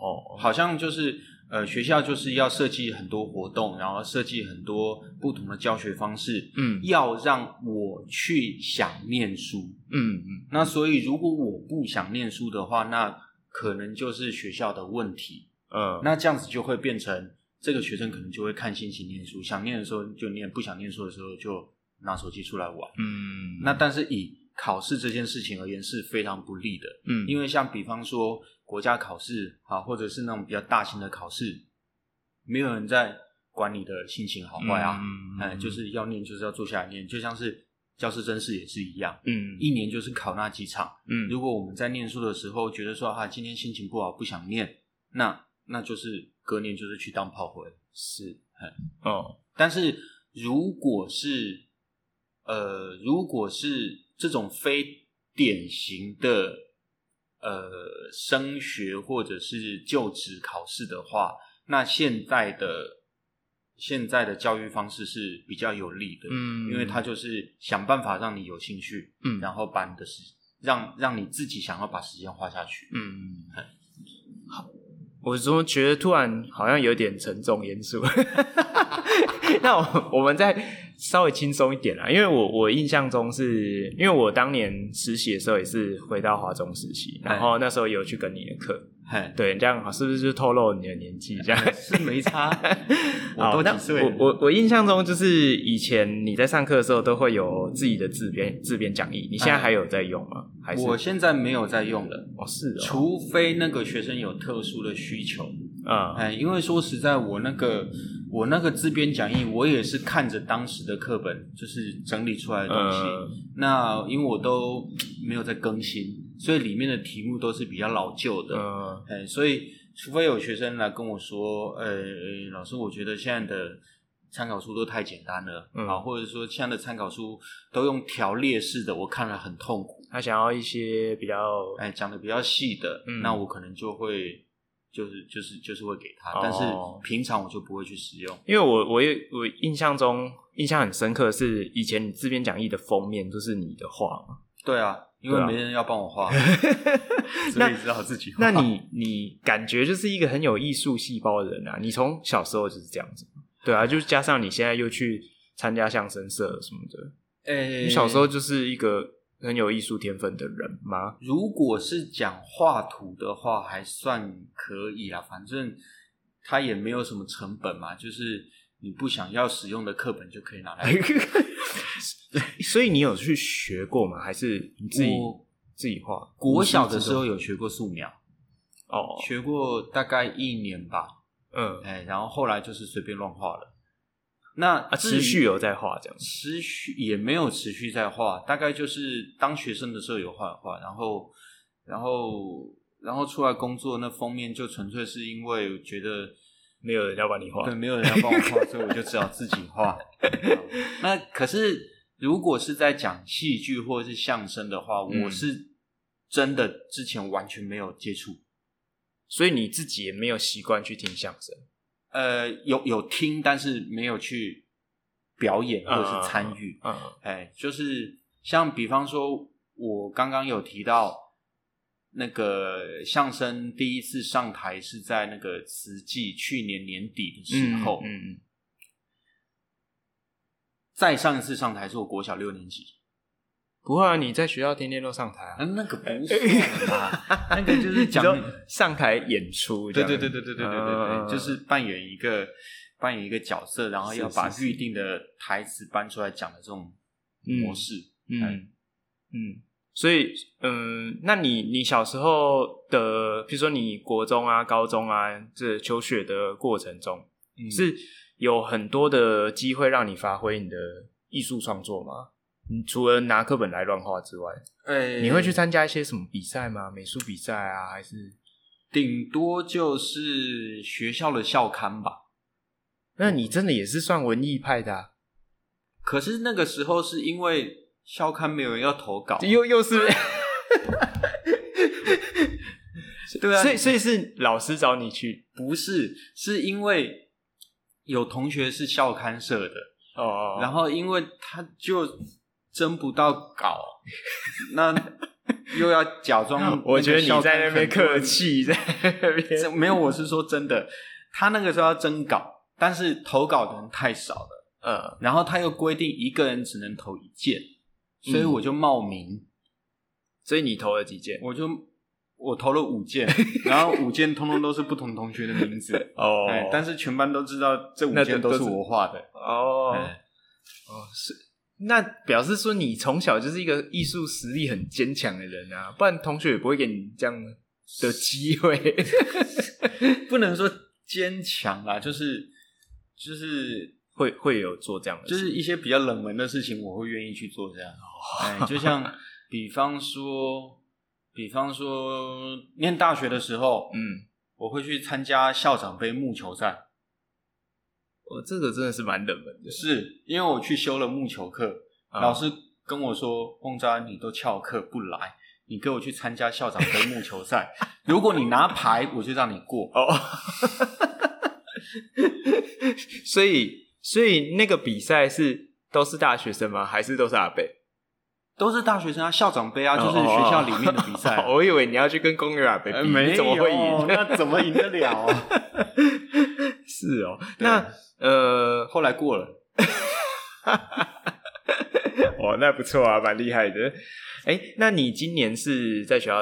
Speaker 2: 哦，
Speaker 1: 好像就是呃，学校就是要设计很多活动，然后设计很多不同的教学方式，
Speaker 2: 嗯
Speaker 1: 要让我去想念书。
Speaker 2: 嗯嗯
Speaker 1: 那所以如果我不想念书的话，那可能就是学校的问题。
Speaker 2: 嗯，
Speaker 1: 那这样子就会变成这个学生可能就会看心情念书，想念的时候就念，不想念书的时候就拿手机出来玩。
Speaker 2: 嗯
Speaker 1: 那但是以考试这件事情而言是非常不利的，
Speaker 2: 嗯
Speaker 1: 因
Speaker 2: 为
Speaker 1: 为像比方说国家考试啊，或者是那种比较大型的考试，没有人在管你的心情好坏啊，
Speaker 2: 嗯
Speaker 1: 哎，就是要念就是要坐下来念，就像是教师真试也是一样，
Speaker 2: 嗯
Speaker 1: 一年就是考那几场。
Speaker 2: 嗯
Speaker 1: 如果我们在念书的时候觉得说啊，今天心情不好不想念，那那就是隔年就是去当炮灰。是，
Speaker 2: 哦
Speaker 1: 但是如果是呃，如果是这种非典型的呃升学或者是就职考试的话，那现在的现在的教育方式是比较有利的，
Speaker 2: 嗯
Speaker 1: 因为它就是想办法让你有兴趣，
Speaker 2: 嗯
Speaker 1: 然后把你的时让让你自己想要把时间花下去，
Speaker 2: 嗯，好，我怎么觉得突然好像有点沉重严肃？ 那我我们再稍微轻松一点啊啦，因为我我印象中是因为我当年实习的时候也是回到华中实习，
Speaker 1: 哎
Speaker 2: 然后那时候有去跟你的课，
Speaker 1: 嘿，
Speaker 2: 对，这样好是不是就透露你的年纪？这样，
Speaker 1: 是没差哎 我
Speaker 2: 好
Speaker 1: 都
Speaker 2: 那
Speaker 1: 几岁
Speaker 2: 我
Speaker 1: 了，
Speaker 2: 我我印象中就是以前你在上课的时候都会有自己的自编自编讲义，你现在
Speaker 1: 哎
Speaker 2: 还有在用吗？还是
Speaker 1: 我现在没有在用了，
Speaker 2: 哦是哦，
Speaker 1: 除非那个学生有特殊的需求，
Speaker 2: 嗯
Speaker 1: 哎，因为说实在，我那个我那个自编讲义，我也是看着当时的课本，就是整理出来的东西。
Speaker 2: 嗯
Speaker 1: 那因为我都没有在更新，所以里面的题目都是比较老旧的。
Speaker 2: 嗯。
Speaker 1: 哎，所以除非有学生来跟我说，呃、呃老师，我觉得现在的参考书都太简单了，
Speaker 2: 嗯
Speaker 1: 啊，或者说现在的参考书都用条列式的，我看了很痛苦。
Speaker 2: 他想要一些比较，
Speaker 1: 哎，讲的比较细的，
Speaker 2: 嗯
Speaker 1: 那我可能就会就是就是就是会给他，
Speaker 2: 哦
Speaker 1: 但是平常我就不会去使用。
Speaker 2: 因为我我也我印象中印象很深刻的是以前你自编讲义的封面就是你的画 嘛，
Speaker 1: 对啊，因
Speaker 2: 对
Speaker 1: 为
Speaker 2: 啊
Speaker 1: 没人要帮我画，所
Speaker 2: 那
Speaker 1: 以只好自己画。
Speaker 2: 那你你感觉就是一个很有艺术细胞的人啊，你从小时候就是这样子，对啊，就是加上你现在又去参加相声社什么的，
Speaker 1: 哎，
Speaker 2: 你小时候就是一个很有艺术天分的人吗？
Speaker 1: 如果是讲画图的话，还算可以啦，反正它也没有什么成本嘛，就是你不想要使用的课本就可以
Speaker 2: 哎
Speaker 1: 拿来。
Speaker 2: 所以你有去学过吗？还是你自己
Speaker 1: 我
Speaker 2: 自己画？
Speaker 1: 国小的时候有学过素描，
Speaker 2: 哦，
Speaker 1: 学过大概一年吧，
Speaker 2: 嗯
Speaker 1: 哎，然后后来就是随便乱画了。那
Speaker 2: 啊，
Speaker 1: 至于
Speaker 2: 持续有在画这样子，
Speaker 1: 持续也没有持续在画，大概就是当学生的时候有画画，然后然后然后出来工作那封面就纯粹是因为觉得
Speaker 2: 没有人要帮你画，
Speaker 1: 对没有人要帮我画，所以我就只好自己画。那可是如果是在讲戏剧或者是相声的话，
Speaker 2: 嗯
Speaker 1: 我是真的之前完全没有接触。
Speaker 2: 所以你自己也没有习惯去听相声，
Speaker 1: 呃，有有听，但是没有去表演
Speaker 2: 啊
Speaker 1: 或者是参与。
Speaker 2: 嗯
Speaker 1: 哎，就是像比方说，我刚刚有提到那个相声第一次上台是在那个慈济去年年底的时候，
Speaker 2: 嗯
Speaker 1: 再上一次上台是我国小六年级，
Speaker 2: 不会啊，你在学校天天都上台啊，
Speaker 1: 嗯，那个不算 啦，那个就是讲，
Speaker 2: 你知道上台演出这
Speaker 1: 啊对
Speaker 2: 样，
Speaker 1: 对对对对对对对
Speaker 2: 嗯
Speaker 1: 对，就是扮演一个扮演一个角色，然后要把
Speaker 2: 是是是
Speaker 1: 预定的台词搬出来讲的这种模式。
Speaker 2: 嗯嗯，所以嗯，那你你小时候的，比如说你国中啊、高中啊，这求学的过程中，
Speaker 1: 嗯
Speaker 2: 是有很多的机会让你发挥你的艺术创作吗？你除了拿课本来乱画之外，
Speaker 1: 哎
Speaker 2: 你会去参加一些什么比赛吗？美术比赛啊，还是？
Speaker 1: 顶多就是学校的校刊吧。
Speaker 2: 那你真的也是算文艺派的、啊，
Speaker 1: 可是那个时候是因为校刊没有人要投稿，
Speaker 2: 又又 是，
Speaker 1: 对啊
Speaker 2: 所以所以是老师找你去，
Speaker 1: 不是是因为有同学是校刊社的，
Speaker 2: 哦
Speaker 1: 然
Speaker 2: 后
Speaker 1: 后因为他就征不到稿， 那又要假装
Speaker 2: 。我觉得
Speaker 1: 个校刊
Speaker 2: 你在那
Speaker 1: 很
Speaker 2: 边
Speaker 1: 多
Speaker 2: 客
Speaker 1: 人，
Speaker 2: 气，在那边
Speaker 1: 这没有，我是说真的，他那个时候要征稿，但是投稿的人太少了。
Speaker 2: 呃，
Speaker 1: 然后他又规定一个人只能投一件，所以
Speaker 2: 嗯
Speaker 1: 我就冒名，
Speaker 2: 所以你投了几件？
Speaker 1: 我就我投了五件，然后五件通通都是不同同学的名字，
Speaker 2: 哦
Speaker 1: 哎，但是全班都知道这五
Speaker 2: 那
Speaker 1: 件
Speaker 2: 都
Speaker 1: 都是
Speaker 2: 都是
Speaker 1: 我画的，
Speaker 2: 哦
Speaker 1: 哎
Speaker 2: 哦是。那表示说你从小就是一个艺术实力很坚强的人啊，不然同学也不会给你这样的机 会。
Speaker 1: 不能说坚强啦，就是就是
Speaker 2: 会会有做这样的事，
Speaker 1: 就是一些比较冷门的事情，我会愿意去做这样，
Speaker 2: 哦
Speaker 1: 哎，就像比方说，比方说念大学的时候，
Speaker 2: 嗯，
Speaker 1: 我会去参加校长杯木球赛。
Speaker 2: 我这个真的是蛮冷门的。
Speaker 1: 是因为我去修了木球课，
Speaker 2: 啊
Speaker 1: 老师跟我说：“孟佳，你都翘课不来，你给我去参加 校长杯木球赛。如果你拿牌，我就让你过。
Speaker 2: 哦， 所以，所以那个比赛是都是大学生吗？还是都是阿北？
Speaker 1: 都是大学生啊，校长杯啊，
Speaker 2: 哦
Speaker 1: 就是学校里面的比赛
Speaker 2: 。我以为你要去跟公园阿北比，
Speaker 1: 呃
Speaker 2: 你哦哎怎么会 赢？
Speaker 1: 那怎么赢得了 啊？
Speaker 2: 是哦，那呃，
Speaker 1: 后来过了，
Speaker 2: 哦，那不错啊，蛮厉害的。哎、那你今年是在学校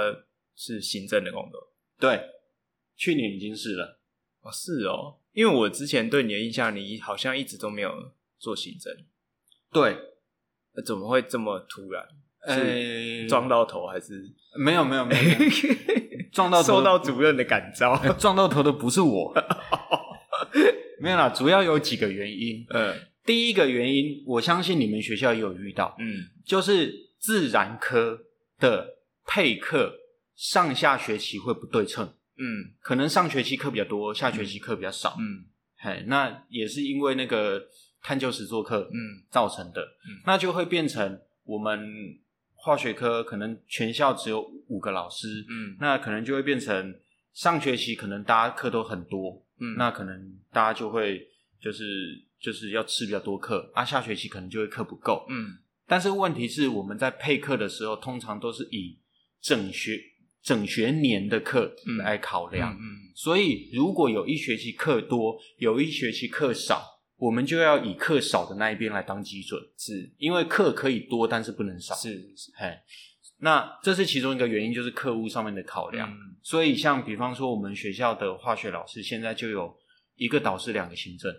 Speaker 2: 是行政的工作？
Speaker 1: 对，去年已经是了。
Speaker 2: 哦，是哦，因为我之前对你的印象，你好像一直都没有做行政，
Speaker 1: 对，
Speaker 2: 呃怎么会这么突然？
Speaker 1: 呃，
Speaker 2: 撞到头还 是
Speaker 1: 没有没有没 有，没有撞到头
Speaker 2: 受
Speaker 1: 的
Speaker 2: 到主任的感 召？
Speaker 1: 撞到头的不是我， 没
Speaker 2: 啊
Speaker 1: 有啦，主要有几个原因。
Speaker 2: 嗯
Speaker 1: 第一个原因，我相信你们学校也有遇到，
Speaker 2: 嗯，
Speaker 1: 就是自然科的配课上下学期会不对称，
Speaker 2: 嗯
Speaker 1: 可能上学期课比较多，下学期课比较少。
Speaker 2: 嗯
Speaker 1: 嘿，那也是因为那个探究实作课
Speaker 2: 嗯
Speaker 1: 造成的，那就会变成我们化学科可能全校只有五个老师，
Speaker 2: 嗯
Speaker 1: 那可能就会变成上学期可能大家课都很多，
Speaker 2: 嗯
Speaker 1: 那可能大家就会就是就是要吃比较多课，啊，下学期可能就会课不够。
Speaker 2: 嗯
Speaker 1: 但是问题是，我们在配课的时候，通常都是以整学整学年的课
Speaker 2: 嗯
Speaker 1: 来考量，
Speaker 2: 嗯
Speaker 1: 所以如果有一学期课多，有一学期课少。我们就要以课少的那一边来当基准，是因为课可以多，但是不能少。
Speaker 2: 是是是
Speaker 1: 嘿，那这是其中一个原因，就是课务上面的考量。
Speaker 2: 嗯
Speaker 1: 所以，像比方说我们学校的化学老师，现在就有一个导师两个行政，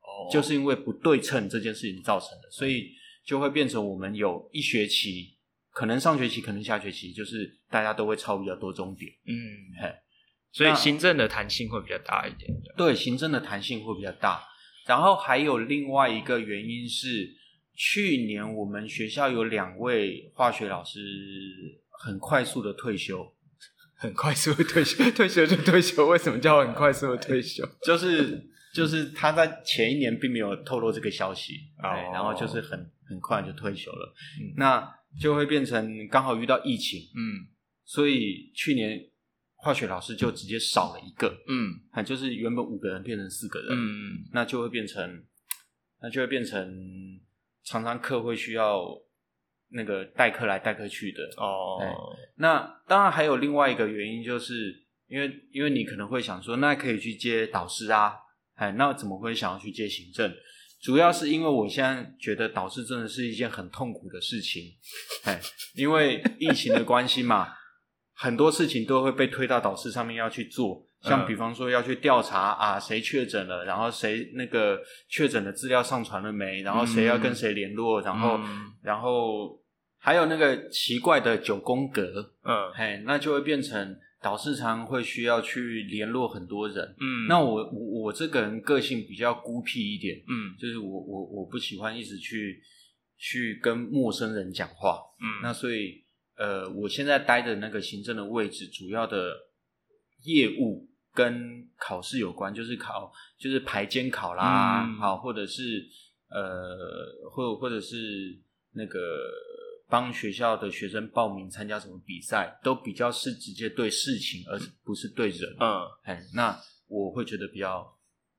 Speaker 2: 哦
Speaker 1: 就是因为不对称这件事情造成的，所以就会变成我们有一学期，可能上学期，可能下学期，就是大家都会抄比较多重点。
Speaker 2: 嗯
Speaker 1: 嘿，
Speaker 2: 所以
Speaker 1: 那
Speaker 2: 行政的弹性会比较大一点的。
Speaker 1: 对，行政的弹性会比较大。然后还有另外一个原因是，去年我们学校有两位化学老师很快速的退休，
Speaker 2: 很快速地退休， 退休就退休，为什么叫很快速的退休？
Speaker 1: 就是就是他在前一年并没有透露这个消息，
Speaker 2: 哦
Speaker 1: 对，然后就是很很快就退休了，
Speaker 2: 嗯
Speaker 1: 那就会变成刚好遇到疫情，
Speaker 2: 嗯
Speaker 1: 所以去年化学老师就直接少了一个，
Speaker 2: 嗯
Speaker 1: 啊，就是原本五个人变成四个人，
Speaker 2: 嗯
Speaker 1: 那就会变成，那就会变成常常课会需要那个代课来代课去的。
Speaker 2: 哦
Speaker 1: 那当然还有另外一个原因，就是因为因为你可能会想说，那可以去接导师啊，哎，那怎么会想要去接行政？主要是因为我现在觉得导师真的是一件很痛苦的事情，哎，因为疫情的关系嘛，很多事情都会被推到导师上面要去做，像
Speaker 2: 嗯
Speaker 1: 比方说要去调查啊，谁确诊了，然后谁那个确诊的资料上传了没，然后谁要跟谁联络，然后、
Speaker 2: 嗯
Speaker 1: 然后还有那个奇怪的九宫格，
Speaker 2: 嗯
Speaker 1: 嘿，那就会变成导师常会需要去联络很多人。
Speaker 2: 嗯
Speaker 1: 那我我我这个人个性比较孤僻一点，
Speaker 2: 嗯
Speaker 1: 就是我我我不喜欢一直去去跟陌生人讲话。
Speaker 2: 嗯
Speaker 1: 那所以呃，我现在待的那个行政的位置，主要的业务跟考试有关，就是考就是排监考啦，
Speaker 2: 嗯
Speaker 1: 好、或者是呃，或或者是那个。帮学校的学生报名参加什么比赛，都比较是直接对事情，而不是对人。
Speaker 2: 嗯，
Speaker 1: 哎，那我会觉得比较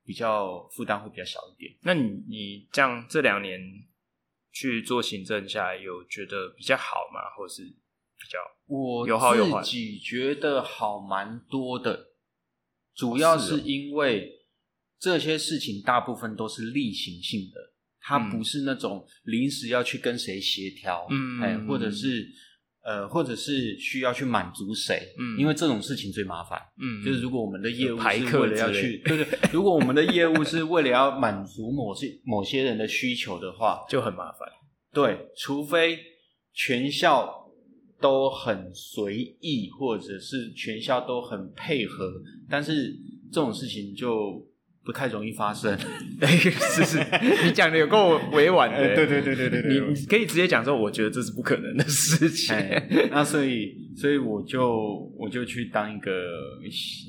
Speaker 1: 比较负担会比较小一点。
Speaker 2: 那你你这样这两年去做行政下来，有觉得比较好吗？或是比较
Speaker 1: 我
Speaker 2: 有好有坏
Speaker 1: 自己觉得好蛮多的，主要
Speaker 2: 是哦
Speaker 1: 是因为这些事情大部分都是例行性的，它
Speaker 2: 嗯
Speaker 1: 不是那种临时要去跟谁协调，
Speaker 2: 嗯
Speaker 1: 哎，或者是呃，或者是需要去满足谁，
Speaker 2: 嗯
Speaker 1: 因为这种事情最麻烦。
Speaker 2: 嗯
Speaker 1: 就是如果我们的业务
Speaker 2: 排
Speaker 1: 是
Speaker 2: 课
Speaker 1: 为了要
Speaker 2: 之
Speaker 1: 去
Speaker 2: 类，
Speaker 1: 对对，如果我们的业务是为了要满足某些某些人的需求的话，
Speaker 2: 就很麻 烦。
Speaker 1: 对，除非全校都很随意，或者是全校都很配合，但是这种事情就不太容易发生。
Speaker 2: 是是，你讲的有够委婉 的。
Speaker 1: 哎对对
Speaker 2: 你你可以直接讲说，我觉得这是不可能的事情。
Speaker 1: 哎， 那所以，所以我就我就去当一个小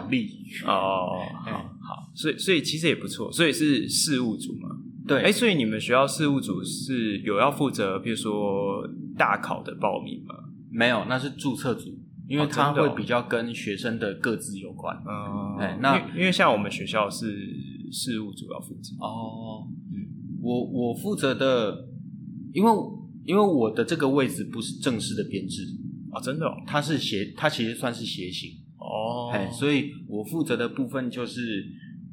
Speaker 1: 小丽，
Speaker 2: 哦，好
Speaker 1: 哎
Speaker 2: 好，所以所以其实也不错，所以是事务组嘛。
Speaker 1: 对，
Speaker 2: 哎，所以你们学校事务组是有要负责，比如说大考的报名吗？
Speaker 1: 没有，那是注册组，因为
Speaker 2: 哦
Speaker 1: 它
Speaker 2: 真的
Speaker 1: 会
Speaker 2: 哦
Speaker 1: 比较跟学生的各自有关。
Speaker 2: 嗯，
Speaker 1: 哎那
Speaker 2: 因为因为像我们学校是事务主要负责，
Speaker 1: 哦，我我负责的，因为因为我的这个位置不是正式的编制，
Speaker 2: 哦，真的哦，
Speaker 1: 它是协，它其实算是协行。
Speaker 2: 哦
Speaker 1: 哎，所以我负责的部分就是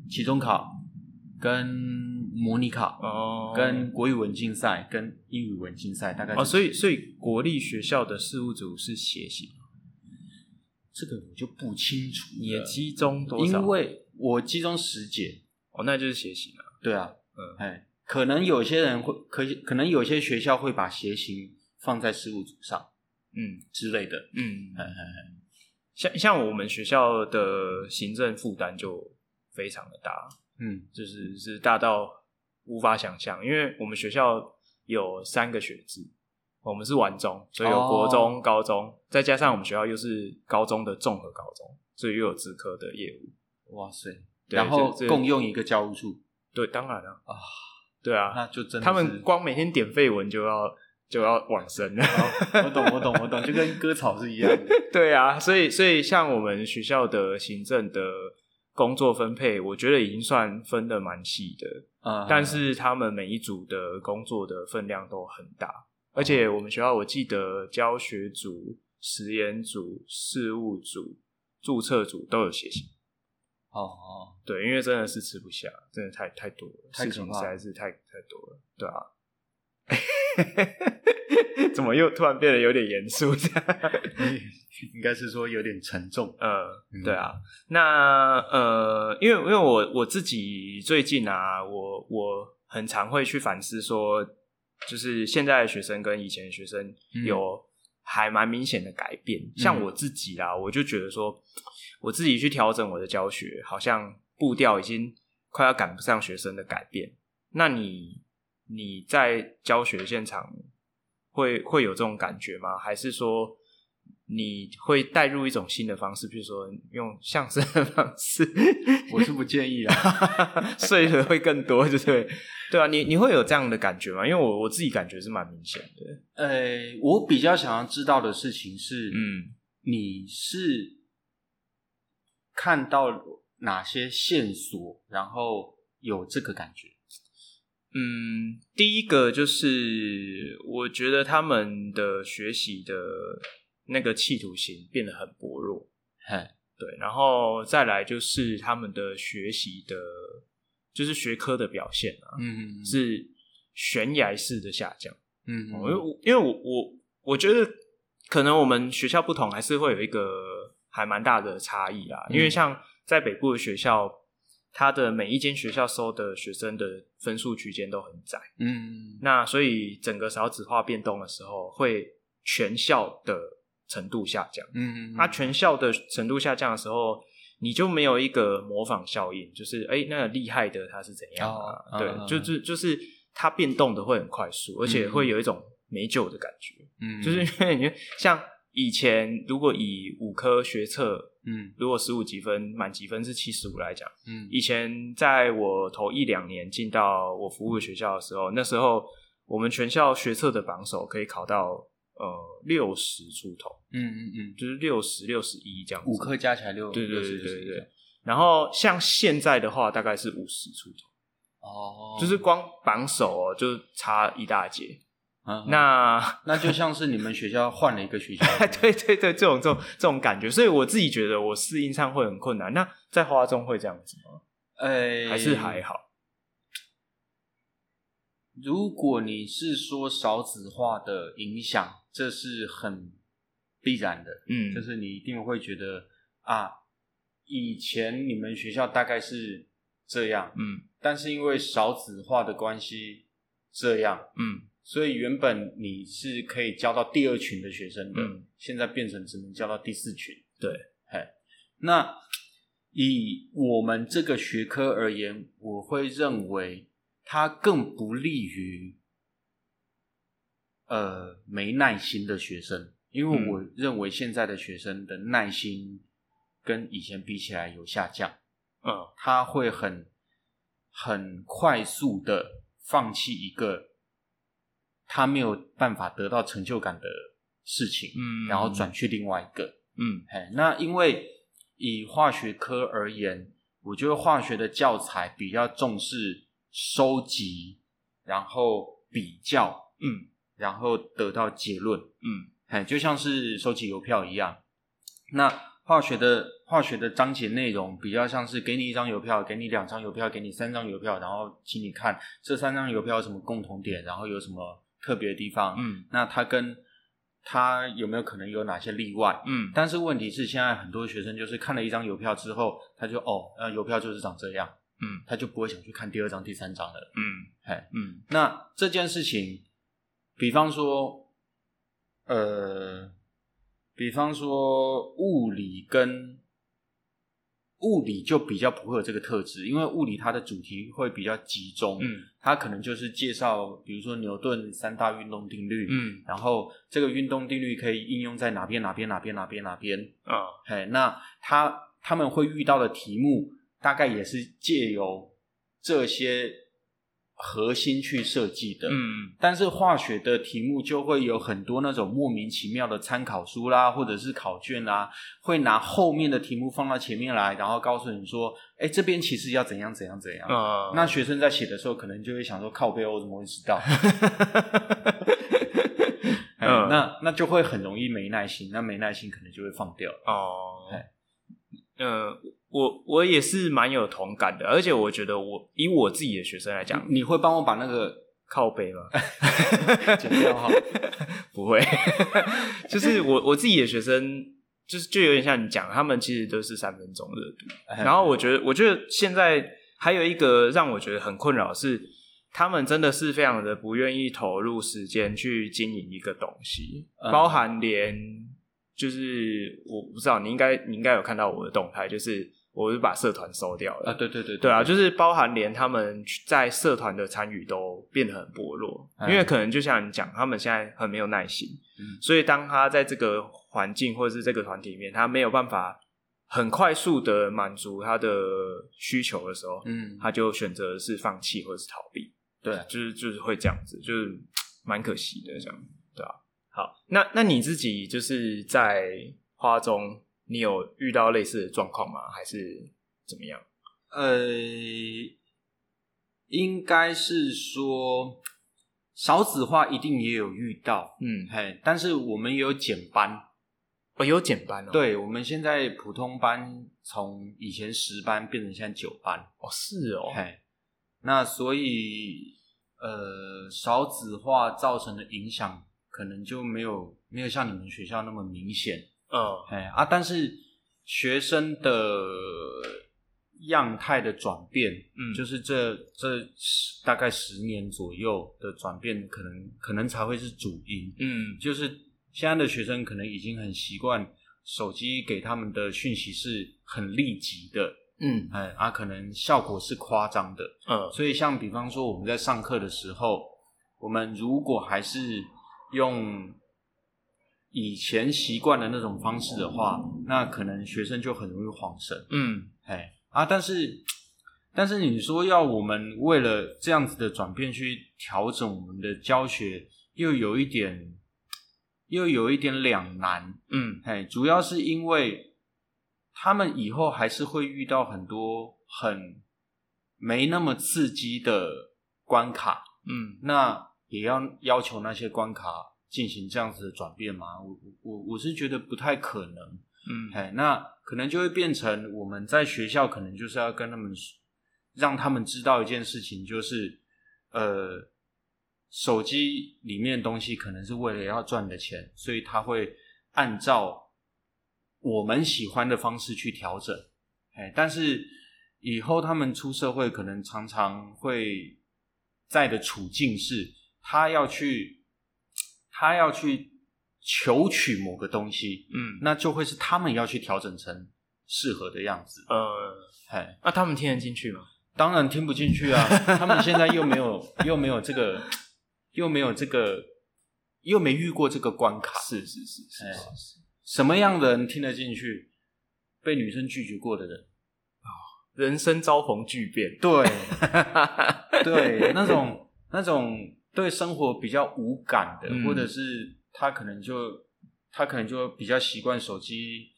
Speaker 1: 期中考、跟模拟考、
Speaker 2: 哦，
Speaker 1: 跟国语文竞赛、跟英语文竞赛，大概
Speaker 2: 哦，
Speaker 1: 以
Speaker 2: 所以所以国立学校的事务组是协行，
Speaker 1: 这个我就不清楚了，
Speaker 2: 你的基中多少？
Speaker 1: 因为我期中十节，
Speaker 2: 哦，那就是协行了、
Speaker 1: 对啊，
Speaker 2: 嗯
Speaker 1: 哎，可能有些人会，可可能有些学校会把鞋型放在事务组上
Speaker 2: 嗯
Speaker 1: 之类的，
Speaker 2: 嗯
Speaker 1: 哎哎，
Speaker 2: 像像我们学校的行政负担就非常的大，
Speaker 1: 嗯
Speaker 2: 就是是大到无法想象，因为我们学校有三个学制，我们是完中，所以有
Speaker 1: 哦
Speaker 2: 国中、高中，再加上我们学校又是高中的综合高中，所以又有职科的业务。
Speaker 1: 哇塞，
Speaker 2: 对
Speaker 1: 然后
Speaker 2: 这这
Speaker 1: 共用一个教务处，
Speaker 2: 对，当然了
Speaker 1: 啊
Speaker 2: 对啊，
Speaker 1: 那就真的是
Speaker 2: 他们光每天点绯闻就要就要往生了。
Speaker 1: 哦我懂我懂我懂，就跟割草是一样的，
Speaker 2: 对啊，所以所以像我们学校的行政的工作分配，我觉得已经算分的蛮细的。
Speaker 1: 啊
Speaker 2: 但是他们每一组的工作的分量都很大，而且我们学校我记得教学组、实验组、事务组、注册组都有写信。
Speaker 1: 哦 哦，
Speaker 2: 对，因为真的是吃不下，真的太太多了，
Speaker 1: 太
Speaker 2: 事
Speaker 1: 可
Speaker 2: 情
Speaker 1: 怕
Speaker 2: 实在是太太多了，对啊。 怎么又突然变得有点严肃？这样，
Speaker 1: 应该是说有点沉重，
Speaker 2: 呃
Speaker 1: 嗯，
Speaker 2: 对啊，那呃，因为因为我我自己最近啊，我我很常会去反思说，就是现在的学生跟以前的学生
Speaker 1: 嗯
Speaker 2: 有还蛮明显的改变。像我自己啦，我就觉得说，我自己去调整我的教学，好像步调已经快要赶不上学生的改变。那你你在教学现场会会有这种感觉吗？还是说你会带入一种新的方式，比如说用相声的方式？
Speaker 1: 我是不建议啊，
Speaker 2: 睡的会更多，对不对？对啊，你你会有这样的感觉吗？因为我我自己感觉是蛮明显的。
Speaker 1: 呃，我比较想要知道的事情是，
Speaker 2: 嗯，
Speaker 1: 你是看到哪些线索，然后有这个感觉？
Speaker 2: 嗯，第一个就是我觉得他们的学习的那个企图心变得很薄弱，
Speaker 1: 嘿，
Speaker 2: 对，然后再来就是他们的学习的，就是学科的表现啊，
Speaker 1: 嗯
Speaker 2: 是悬崖式的下降。
Speaker 1: 嗯
Speaker 2: 哦因为我因为我我我觉得可能我们学校不同，还是会有一个还蛮大的差异啦。
Speaker 1: 嗯
Speaker 2: 因为像在北部的学校，它的每一间学校收的学生的分数区间都很窄，
Speaker 1: 嗯
Speaker 2: 那所以整个少子化变动的时候，会全校的程度下降。
Speaker 1: 嗯
Speaker 2: 它全校的程度下降的时候，你就没有一个模仿效应，就是哎、诶那个厉害的他是怎样啊？
Speaker 1: 哦
Speaker 2: 对，
Speaker 1: 嗯嗯
Speaker 2: 就就就是它变动的会很快速，而且会有一种没救的感觉，
Speaker 1: 嗯
Speaker 2: 就是因为你像以前如果以五科学测，
Speaker 1: 嗯
Speaker 2: 如果十五积分满积分是七十五来讲，
Speaker 1: 嗯
Speaker 2: 以前在我头一两年进到我服务的学校的时候，那时候我们全校学测的榜首可以考到呃六十出头。
Speaker 1: 嗯嗯，
Speaker 2: 就是六十六十一这样子，
Speaker 1: 五科加起来六，
Speaker 2: 对对
Speaker 1: 六
Speaker 2: 对
Speaker 1: 十
Speaker 2: 对对。然后像现在的话，大概是五十出头，
Speaker 1: 哦，
Speaker 2: 就是光榜首哦，就差一大截。
Speaker 1: 嗯
Speaker 2: 那，
Speaker 1: 那就像是你们学校换了一个学校
Speaker 2: 对对对，这种这种这种感觉，所以我自己觉得我适应上会很困难。那在花中会这样子吗？
Speaker 1: 哎，
Speaker 2: 还是还。好？
Speaker 1: 如果你是说少子化的影响，这是很必然的，
Speaker 2: 嗯，
Speaker 1: 就是你一定会觉得啊，以前你们学校大概是这样，
Speaker 2: 嗯
Speaker 1: 但是因为少子化的关系，这样，
Speaker 2: 嗯
Speaker 1: 所以原本你是可以教到第二群的学生的，
Speaker 2: 嗯
Speaker 1: 现在变成只能教到第四群。
Speaker 2: 对，
Speaker 1: 嘿，那以我们这个学科而言，我会认为它更不利于呃没耐心的学生，因为
Speaker 2: 嗯
Speaker 1: 我认为现在的学生的耐心跟以前比起来有下降。
Speaker 2: 嗯
Speaker 1: 他会很很快速的放弃一个他没有办法得到成就感的事情，
Speaker 2: 嗯
Speaker 1: 然后转去另外一个。
Speaker 2: 嗯
Speaker 1: 嘿，那因为以化学科而言，我觉得化学的教材比较重视收集，然后比较，
Speaker 2: 嗯，
Speaker 1: 然后得到结论，
Speaker 2: 嗯，
Speaker 1: 嘿，哎就像是收集邮票一样。那化学的化学的章节内容比较像是给你一张邮票，给你两张邮票，给你三张邮票，然后请你看这三张邮票有什么共同点，然后有什么特别的地方，
Speaker 2: 嗯
Speaker 1: 那它跟它有没有可能有哪些例外？
Speaker 2: 嗯
Speaker 1: 但是问题是，现在很多学生就是看了一张邮票之后，他就哦，那邮票就是长这样，
Speaker 2: 嗯，
Speaker 1: 他就不会想去看第二张、第三张了。
Speaker 2: 嗯，
Speaker 1: 嘿，
Speaker 2: 嗯
Speaker 1: 那这件事情，比方说，呃，比方说物理跟物理就比较不会有这个特质，因为物理它的主题会比较集中，，
Speaker 2: 嗯
Speaker 1: 它可能就是介绍，比如说牛顿三大运动定律，
Speaker 2: 嗯
Speaker 1: 然后这个运动定律可以应用在哪边哪边哪边哪边哪边。
Speaker 2: 啊
Speaker 1: 嘿，那他他们会遇到的题目，大概也是借由这些核心去设计的。，
Speaker 2: 嗯
Speaker 1: 但是化学的题目就会有很多那种莫名其妙的参考书啦，或者是考卷啦，会拿后面的题目放到前面来，然后告诉你说，哎，这边其实要怎样怎样怎样。
Speaker 2: 啊
Speaker 1: 那学生在写的时候，可能就会想说：“靠背，哦我怎么会知 道？”哎
Speaker 2: 嗯
Speaker 1: 那那就会很容易没耐心，那没耐心可能就会放掉。
Speaker 2: 哦
Speaker 1: 哎，
Speaker 2: 呃，我我也是蛮有同感的，而且我觉得我以我自己的学生来讲，
Speaker 1: 你会帮我把那个
Speaker 2: 靠背吗？
Speaker 1: 剪掉哈？
Speaker 2: 不会，就是我我自己的学生，就是就有点像你讲，他们其实都是三分钟热度。
Speaker 1: 哎
Speaker 2: 然后我觉得，我觉得现在还有一个让我觉得很困扰的是，他们真的是非常的不愿意投入时间去经营一个东西，
Speaker 1: 嗯
Speaker 2: 包含连就是我不知道，你应该你应该有看到我的动态，就是我就把社团收掉了
Speaker 1: 啊，对对对
Speaker 2: 对啊，就是包含连他们在社团的参与都变得很薄弱，
Speaker 1: 嗯
Speaker 2: 因为可能就像你讲，他们现在很没有耐心，
Speaker 1: 嗯
Speaker 2: 所以当他在这个环境或者是这个团体里面，他没有办法很快速的满足他的需求的时候，
Speaker 1: 嗯，
Speaker 2: 他就选择是放弃或者是逃避。
Speaker 1: 对，
Speaker 2: 就是就是会这样子，就是蛮可惜的这样，对啊？好，那那你自己就是在花中，你有遇到类似的状况吗？还是怎么样？
Speaker 1: 呃，应该是说少子化一定也有遇到，
Speaker 2: 嗯，
Speaker 1: 嘿，但是我们也有减班，
Speaker 2: 哦，有减班哦，，
Speaker 1: 对，我们现在普通班从以前十班变成现在九班，
Speaker 2: 哦是哦，
Speaker 1: 嘿，那所以呃少子化造成的影响可能就没有没有像你们学校那么明显，
Speaker 2: 嗯
Speaker 1: 嘿啊，但是学生的样态的转变，
Speaker 2: 嗯，
Speaker 1: 就是是这这十大概十年左右的转变，可能可能才会是主因，
Speaker 2: 嗯
Speaker 1: 就是现在的学生可能已经很习惯手机给他们的讯息是很立即的，
Speaker 2: 嗯
Speaker 1: 哎，啊，可能效果是夸张的。
Speaker 2: 嗯
Speaker 1: 所以像比方说我们在上课的时候，我们如果还是用以前习惯的那种方式的话，那可能学生就很容易晃神。
Speaker 2: 嗯
Speaker 1: 哎啊，但是但是你说要我们为了这样子的转变去调整我们的教学，又有一点又有一点两难。
Speaker 2: 嗯
Speaker 1: 哎，主要是因为他们以后还是会遇到很多很没那么刺激的关卡，
Speaker 2: 嗯
Speaker 1: 那也要要求那些关卡进行这样子的转变吗？我我我是觉得不太可能。
Speaker 2: 嗯
Speaker 1: 哎，那可能就会变成我们在学校可能就是要跟他们说让他们知道一件事情，就是呃，手机里面的东西可能是为了要赚你的钱，所以他会按照我们喜欢的方式去调整。哎，但是以后他们出社会，可能常常会在的处境是，他要去，他要去求取某个东西，
Speaker 2: 嗯，
Speaker 1: 那就会是他们要去调整成适合的样子。
Speaker 2: 呃，
Speaker 1: 哎，
Speaker 2: 那他们听得进去吗？
Speaker 1: 当然听不进去啊，他们现在又没有又没有这个又没有这个又没遇过这个关卡，
Speaker 2: 是是是是
Speaker 1: 哎
Speaker 2: 是是，
Speaker 1: 什么样的人听得进去？被女生拒绝过的人，
Speaker 2: 人生遭逢巨变，
Speaker 1: 对对，那种那种对生活比较无感的，
Speaker 2: 嗯
Speaker 1: 或者是他可能就他可能就比较习惯手机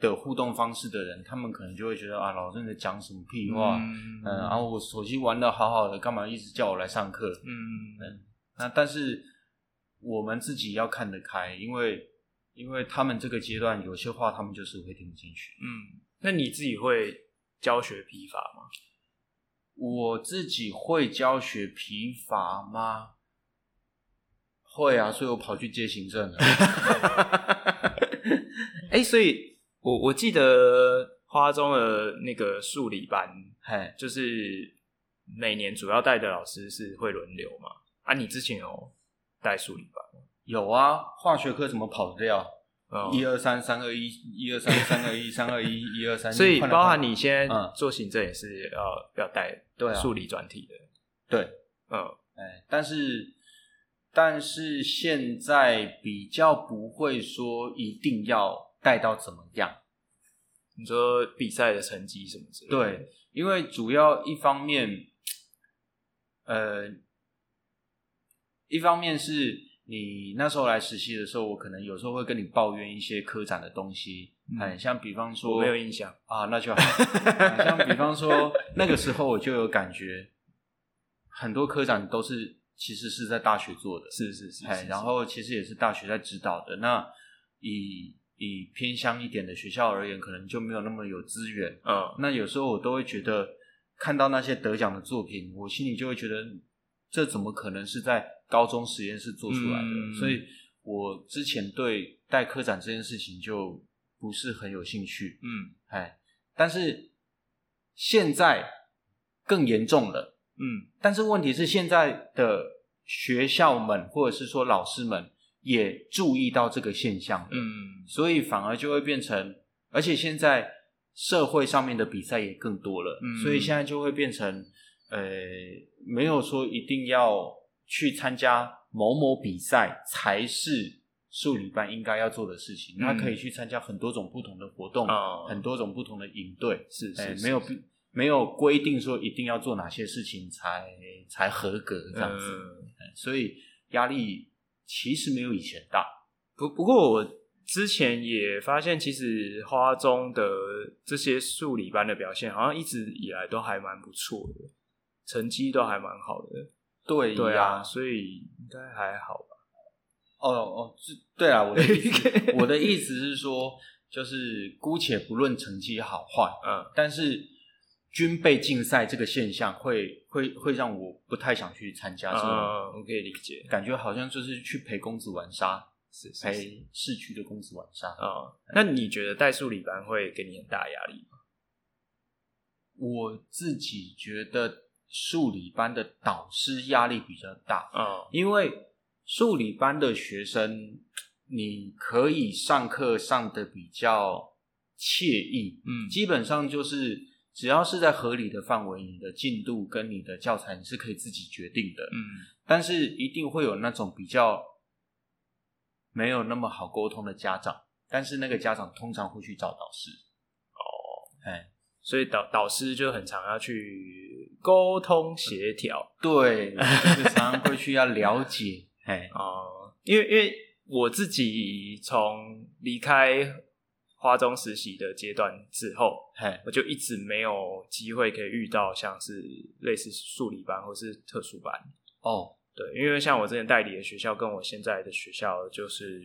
Speaker 1: 的互动方式的人，他们可能就会觉得啊，老师你在讲什么屁话？
Speaker 2: 嗯
Speaker 1: 嗯，然、后、我手机玩的好好的，干嘛一直叫我来上课？
Speaker 2: 嗯
Speaker 1: 那但是我们自己要看得开，因为因为他们这个阶段有些话他们就是会听不进去。
Speaker 2: 嗯，那你自己会教学批发 吗？
Speaker 1: 我自己会教学疲乏吗？会啊，所以我跑去接行 政了。
Speaker 2: 哎、所以我我记得花中的那个数理班，
Speaker 1: 嘿，
Speaker 2: 就是每年主要带的老师是会轮流嘛？啊，你之前有带数理班
Speaker 1: 有啊，化学课怎么跑得掉？
Speaker 2: 吗？
Speaker 1: 一二三三二一，一二三三二一，三二一，一二三。
Speaker 2: 所以
Speaker 1: 换来换
Speaker 2: 包
Speaker 1: 去
Speaker 2: 含你现在
Speaker 1: 嗯
Speaker 2: 做行政也是要要带
Speaker 1: 对啊
Speaker 2: 数理专题的，
Speaker 1: 对，
Speaker 2: 嗯
Speaker 1: 哎，但是但是现在比较不会说一定要带到怎么样。
Speaker 2: 你说比赛的成绩什么之类的，
Speaker 1: 对，因为主要一方面，呃，一方面是你那时候来实习的时候，我可能有时候会跟你抱怨一些科展的东西，
Speaker 2: 嗯
Speaker 1: 嗯，像比方说
Speaker 2: 我没有印象。
Speaker 1: 啊，那就好，啊像比方 说那个时候我就有感觉，很多科展都是其实是在大学做的，
Speaker 2: 是是是，
Speaker 1: 哎
Speaker 2: 是，
Speaker 1: 然后其实也是大学在指导的。那以以偏乡一点的学校而言，可能就没有那么有资源，
Speaker 2: 嗯
Speaker 1: 那有时候我都会觉得，看到那些得奖的作品，我心里就会觉得，这怎么可能是在高中实验室做出来的？
Speaker 2: 嗯
Speaker 1: 所以我之前对带科展这件事情就不是很有兴趣，
Speaker 2: 嗯
Speaker 1: 哎，但是现在更严重了。
Speaker 2: 嗯
Speaker 1: 但是问题是，现在的学校们或者是说老师们也注意到这个现象了，
Speaker 2: 嗯
Speaker 1: 所以反而就会变成，而且现在社会上面的比赛也更多了，
Speaker 2: 嗯
Speaker 1: 所以现在就会变成，呃，没有说一定要去参加某某比赛才是数理班应该要做的事情，
Speaker 2: 嗯
Speaker 1: 他可以去参加很多种不同的活动，
Speaker 2: 哦
Speaker 1: 很多种不同的营队，
Speaker 2: 是
Speaker 1: 哎
Speaker 2: 是，是
Speaker 1: 没有没有规定说一定要做哪些事情才才合格这样子，
Speaker 2: 嗯
Speaker 1: 哎所以压力其实没有以前大。
Speaker 2: 不不过我之前也发现，其实花中的这些数理班的表现，好像一直以来都还蛮不错的，成绩都还蛮好的。
Speaker 1: 对
Speaker 2: 对
Speaker 1: 呀、
Speaker 2: 啊，所以应该还好吧。
Speaker 1: 哦哦，这对啊，我的意思，我的意思是说，就是姑且不论成绩好坏，
Speaker 2: 嗯
Speaker 1: 但是军备竞赛这个现象会会会让我不太想去参加这种，
Speaker 2: 嗯，我可以理解。
Speaker 1: 感觉好像就是去陪公子玩沙，
Speaker 2: 是是是。
Speaker 1: 陪市区的公子玩沙。
Speaker 2: 啊、哎那你觉得带数理班会给你很大压力吗？
Speaker 1: 我自己觉得数理班的导师压力比较大，
Speaker 2: 嗯
Speaker 1: 因为数理班的学生，你可以上课上的比较惬意，
Speaker 2: 嗯
Speaker 1: 基本上就是只要是在合理的范围，你的进度跟你的教材你是可以自己决定的，
Speaker 2: 嗯
Speaker 1: 但是一定会有那种比较没有那么好沟通的家长，但是那个家长通常会去找导师，哦，哎，
Speaker 2: 所以导导师就很常要去沟通协调
Speaker 1: 对，就是常常会需要了 解，哎，
Speaker 2: 哦，因为因为我自己从离开花中实习的阶段之后，
Speaker 1: 嘿，
Speaker 2: 我就一直没有机会可以遇到像是类似数理班或是特殊班，
Speaker 1: 哦，
Speaker 2: 对，因为像我之前代理的学校跟我现在的学校就是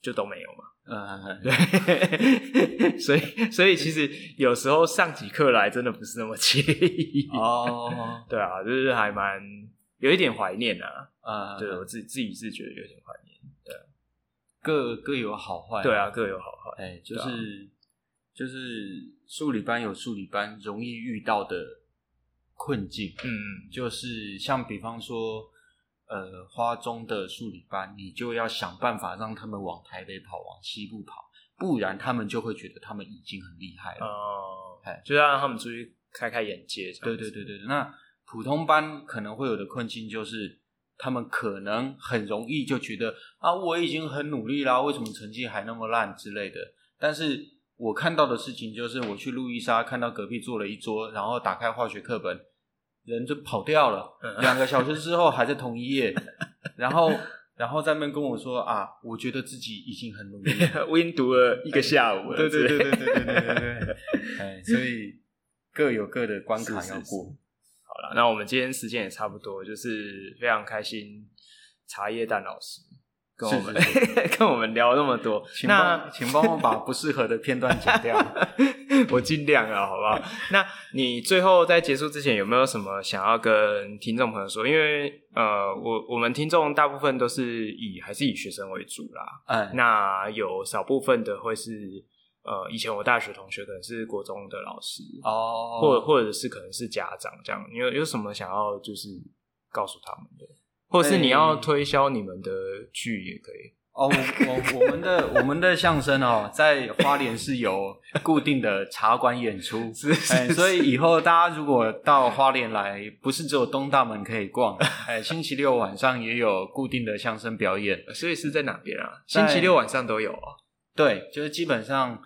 Speaker 2: 就都没有嘛。
Speaker 1: 嗯、呃，
Speaker 2: 对， 所以所以其实有时候上起课来真的不是那么 惬意。
Speaker 1: 哦。
Speaker 2: 对啊，就是还蛮有一点怀念啊。
Speaker 1: 呃，
Speaker 2: 对我自己自己是觉得有点怀念。
Speaker 1: 各各有好坏。
Speaker 2: 对，啊，各有好坏。
Speaker 1: 哎，就
Speaker 2: 对啊
Speaker 1: 是、就是数理班有数理班容易遇到的困境，
Speaker 2: 嗯
Speaker 1: 就是像比方说，呃，花中的数理班，你就要想办法让他们往台北跑，往西部跑，不然他们就会觉得他们已经很厉害了。
Speaker 2: 哦、
Speaker 1: 哎
Speaker 2: 就要让他们出去开开眼界这
Speaker 1: 对
Speaker 2: 样
Speaker 1: 对
Speaker 2: 子。
Speaker 1: 对对，对那普通班可能会有的困境就是。他们可能很容易就觉得啊，我已经很努力啦，为什么成绩还那么烂之类的。但是我看到的事情就是，我去路易莎看到隔壁坐了一桌，然后打开化学课本，人就跑掉了。
Speaker 2: 嗯
Speaker 1: 两个小时之后还在同一页，然后然后在那边跟我说啊，我觉得自己已经很努力了，
Speaker 2: 温读了一个下午了
Speaker 1: 对
Speaker 2: 之
Speaker 1: 对
Speaker 2: 类的，
Speaker 1: 对对对对对对对，哎，所以各有各的关卡
Speaker 4: 是是
Speaker 1: 要过。
Speaker 2: 好了，那我们今天时间也差不多，就是非常开心，茶叶蛋老师跟我们 跟我们聊那么多。
Speaker 1: 请
Speaker 2: 那
Speaker 1: 帮请帮我把不适合的片段剪 掉。
Speaker 2: 我尽量啊，好不 好？那你最后在结束之前有没有什么想要跟听众朋友说？因为呃，我我们听众大部分都是以还是以学生为主啦，
Speaker 1: 哎，
Speaker 2: 那有少部分的会是呃，以前我大学同学可能是国中的老师，
Speaker 1: 哦，
Speaker 2: 或或者是可能是家长这样，你有有什么想要就是告诉他们的，或者是你要推销你们的剧也可以。
Speaker 1: 哦，我我我们的 我们的相声哦，在花莲是有固定的茶馆演出，
Speaker 2: 是是
Speaker 1: 哎，所以以后大家如果到花莲来，不是只有东大门可以 逛，哎，星期六晚上也有固定的相声表演。
Speaker 2: 所以是在哪边啊？
Speaker 1: 在
Speaker 2: 星期六晚上都有啊。
Speaker 1: 对，就是基本上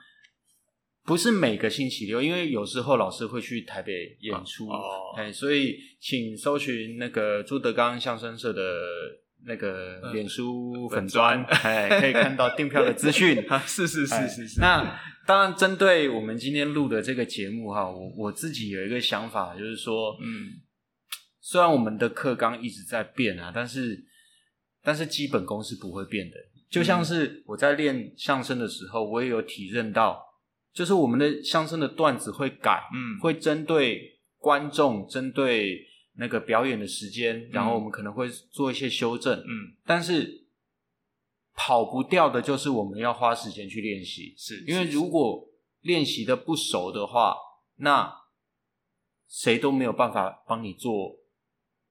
Speaker 1: 不是每个星期六，因为有时候老师会去台北演出，
Speaker 2: 哦
Speaker 1: 哎，所以请搜寻那个朱德刚相声社的那个
Speaker 2: 嗯
Speaker 1: 脸书
Speaker 2: 粉
Speaker 1: 粉砖，哎，可以看到订票的资讯。
Speaker 2: 啊， 是是
Speaker 1: 哎
Speaker 2: 是是是。
Speaker 1: 那当然，针对我们今天录的这个节目哈，我我自己有一个想法，就是说，
Speaker 2: 嗯，
Speaker 1: 虽然我们的课纲一直在变啊，但是但是基本功是不会变的。就像是我在练相声的时候，我也有体认到，就是我们的相声的段子会改，
Speaker 2: 嗯
Speaker 1: 会针对观众、针对那个表演的时间，然后我们可能会做一些修正，
Speaker 2: 嗯
Speaker 1: 但是跑不掉的就是我们要花时间去练习，
Speaker 2: 是
Speaker 1: 因为如果练习的不熟的话，那谁都没有办法帮你做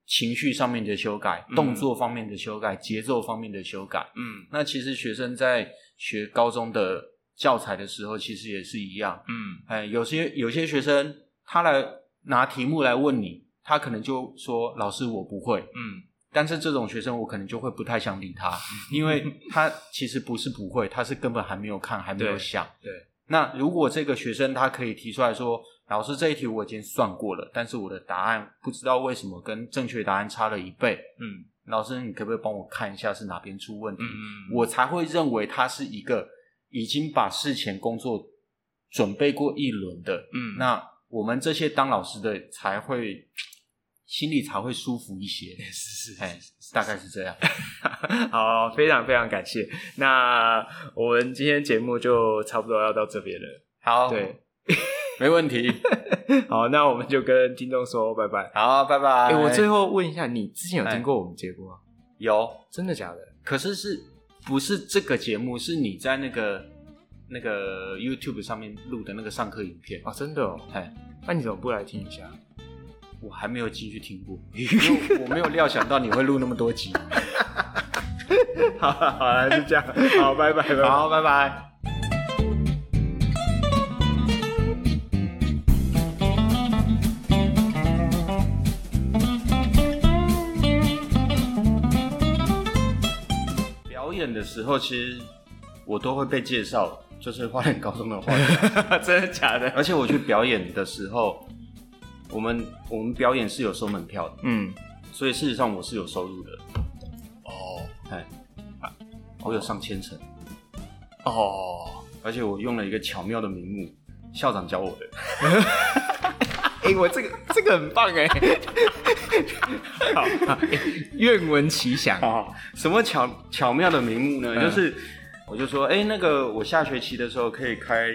Speaker 1: 情绪上面的修改、
Speaker 2: 嗯
Speaker 1: 动作方面的修改、节奏方面的修改。
Speaker 2: 嗯
Speaker 1: 那其实学生在学高中的教材的时候，其实也是一样。
Speaker 2: 嗯
Speaker 1: 哎，有些有些学生他来拿题目来问你，他可能就说：“老师，我不会。”
Speaker 2: 嗯
Speaker 1: 但是这种学生，我可能就会不太想理他，因为他其实不是不会，他是根本还没有看，还没有
Speaker 2: 对
Speaker 1: 想。
Speaker 2: 对
Speaker 1: 那如果这个学生他可以提出来说，老师这一题我已经算过了，但是我的答案不知道为什么跟正确答案差了一倍，
Speaker 2: 嗯
Speaker 1: 老师你可不可以帮我看一下是哪边出问题？
Speaker 2: 嗯，
Speaker 1: 我才会认为他是一个已经把事前工作准备过一轮的
Speaker 2: 嗯
Speaker 1: 那我们这些当老师的才会心里才会舒服一些，
Speaker 2: 是是是
Speaker 1: 哎，大概是这样。
Speaker 2: 好，非常非常感谢。那我们今天节目就差不多要到这边了。
Speaker 1: 好，
Speaker 2: 对，
Speaker 1: 没问题。
Speaker 2: 好，那我们就跟听众说拜拜。
Speaker 1: 好，拜拜。
Speaker 2: 哎，我最后问一下，你之前有听过我们节目吗？
Speaker 1: 有，
Speaker 2: 真的假的？
Speaker 1: 可是是不是这个节目？是你在那个那个 YouTube 上面录的那个上课影片？
Speaker 2: 哦，真的哦。
Speaker 1: 哎，
Speaker 2: 那你怎么不来听一下？
Speaker 1: 我还没有进去听过， 因为我没有料想到你会录那么多集。
Speaker 2: 好了好了，就这样，好，拜拜拜拜。
Speaker 1: 好，拜拜。
Speaker 4: 表演的时候，其实我都会被介绍，就是花莲高中的话，
Speaker 2: 真的假的？
Speaker 4: 而且我去表演的时候，我们我们表演是有收门票的，
Speaker 2: 嗯，
Speaker 4: 所以事实上我是有收入的。哦，哎，我有上千层，
Speaker 2: 哦，
Speaker 4: 而且我用了一个巧妙的名目，校长教我的。
Speaker 2: 哎、我这个这个很棒哎、 好、哎 愿闻其详。
Speaker 4: 啊，什么巧巧妙的名目呢？
Speaker 2: 嗯
Speaker 4: 就是我就说，哎、那个我下学期的时候可以开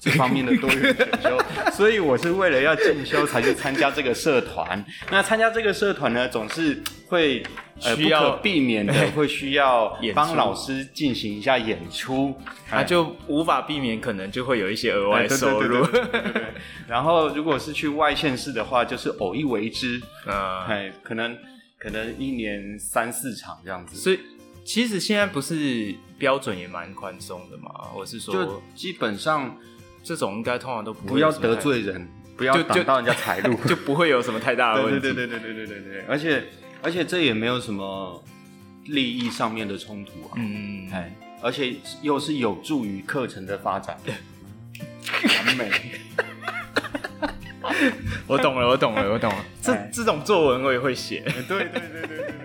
Speaker 4: 这方面的多元选修，所以我是为了要进修才去参加这个社团。 那参加这个社团呢，总是会。呃，
Speaker 2: 需
Speaker 4: 不
Speaker 2: 要
Speaker 4: 可避免的 会需要
Speaker 2: 演出
Speaker 4: 帮老师进行一下演出，哎
Speaker 2: 他就无法避免，可能就会有一些额外
Speaker 4: 对对
Speaker 2: 收入。
Speaker 4: 对对对对对然后如果是去外县市的话，就是偶一为之，
Speaker 2: 嗯，
Speaker 4: 哎，可能可能一年三四场这样子。
Speaker 2: 所以其实现在不是标准也蛮宽松的嘛。我是
Speaker 4: 就
Speaker 2: 说，
Speaker 4: 基本上
Speaker 2: 这种应该通常都不会
Speaker 4: 不要
Speaker 2: 有什么
Speaker 4: 得
Speaker 2: 太，
Speaker 4: 罪人，不要挡到人家财 路。
Speaker 2: 就不会有什么太大的问
Speaker 4: 对对 对
Speaker 2: 题。
Speaker 4: 对对对对对对，而且而且这也没有什么利益上面的冲突啊，
Speaker 2: 嗯，
Speaker 4: 哎，而且又是有助于课程的发展，完美。
Speaker 2: 我懂了，我懂了，我懂了。这
Speaker 4: 哎
Speaker 2: 这种作文我也会写。
Speaker 4: 对对对对对对。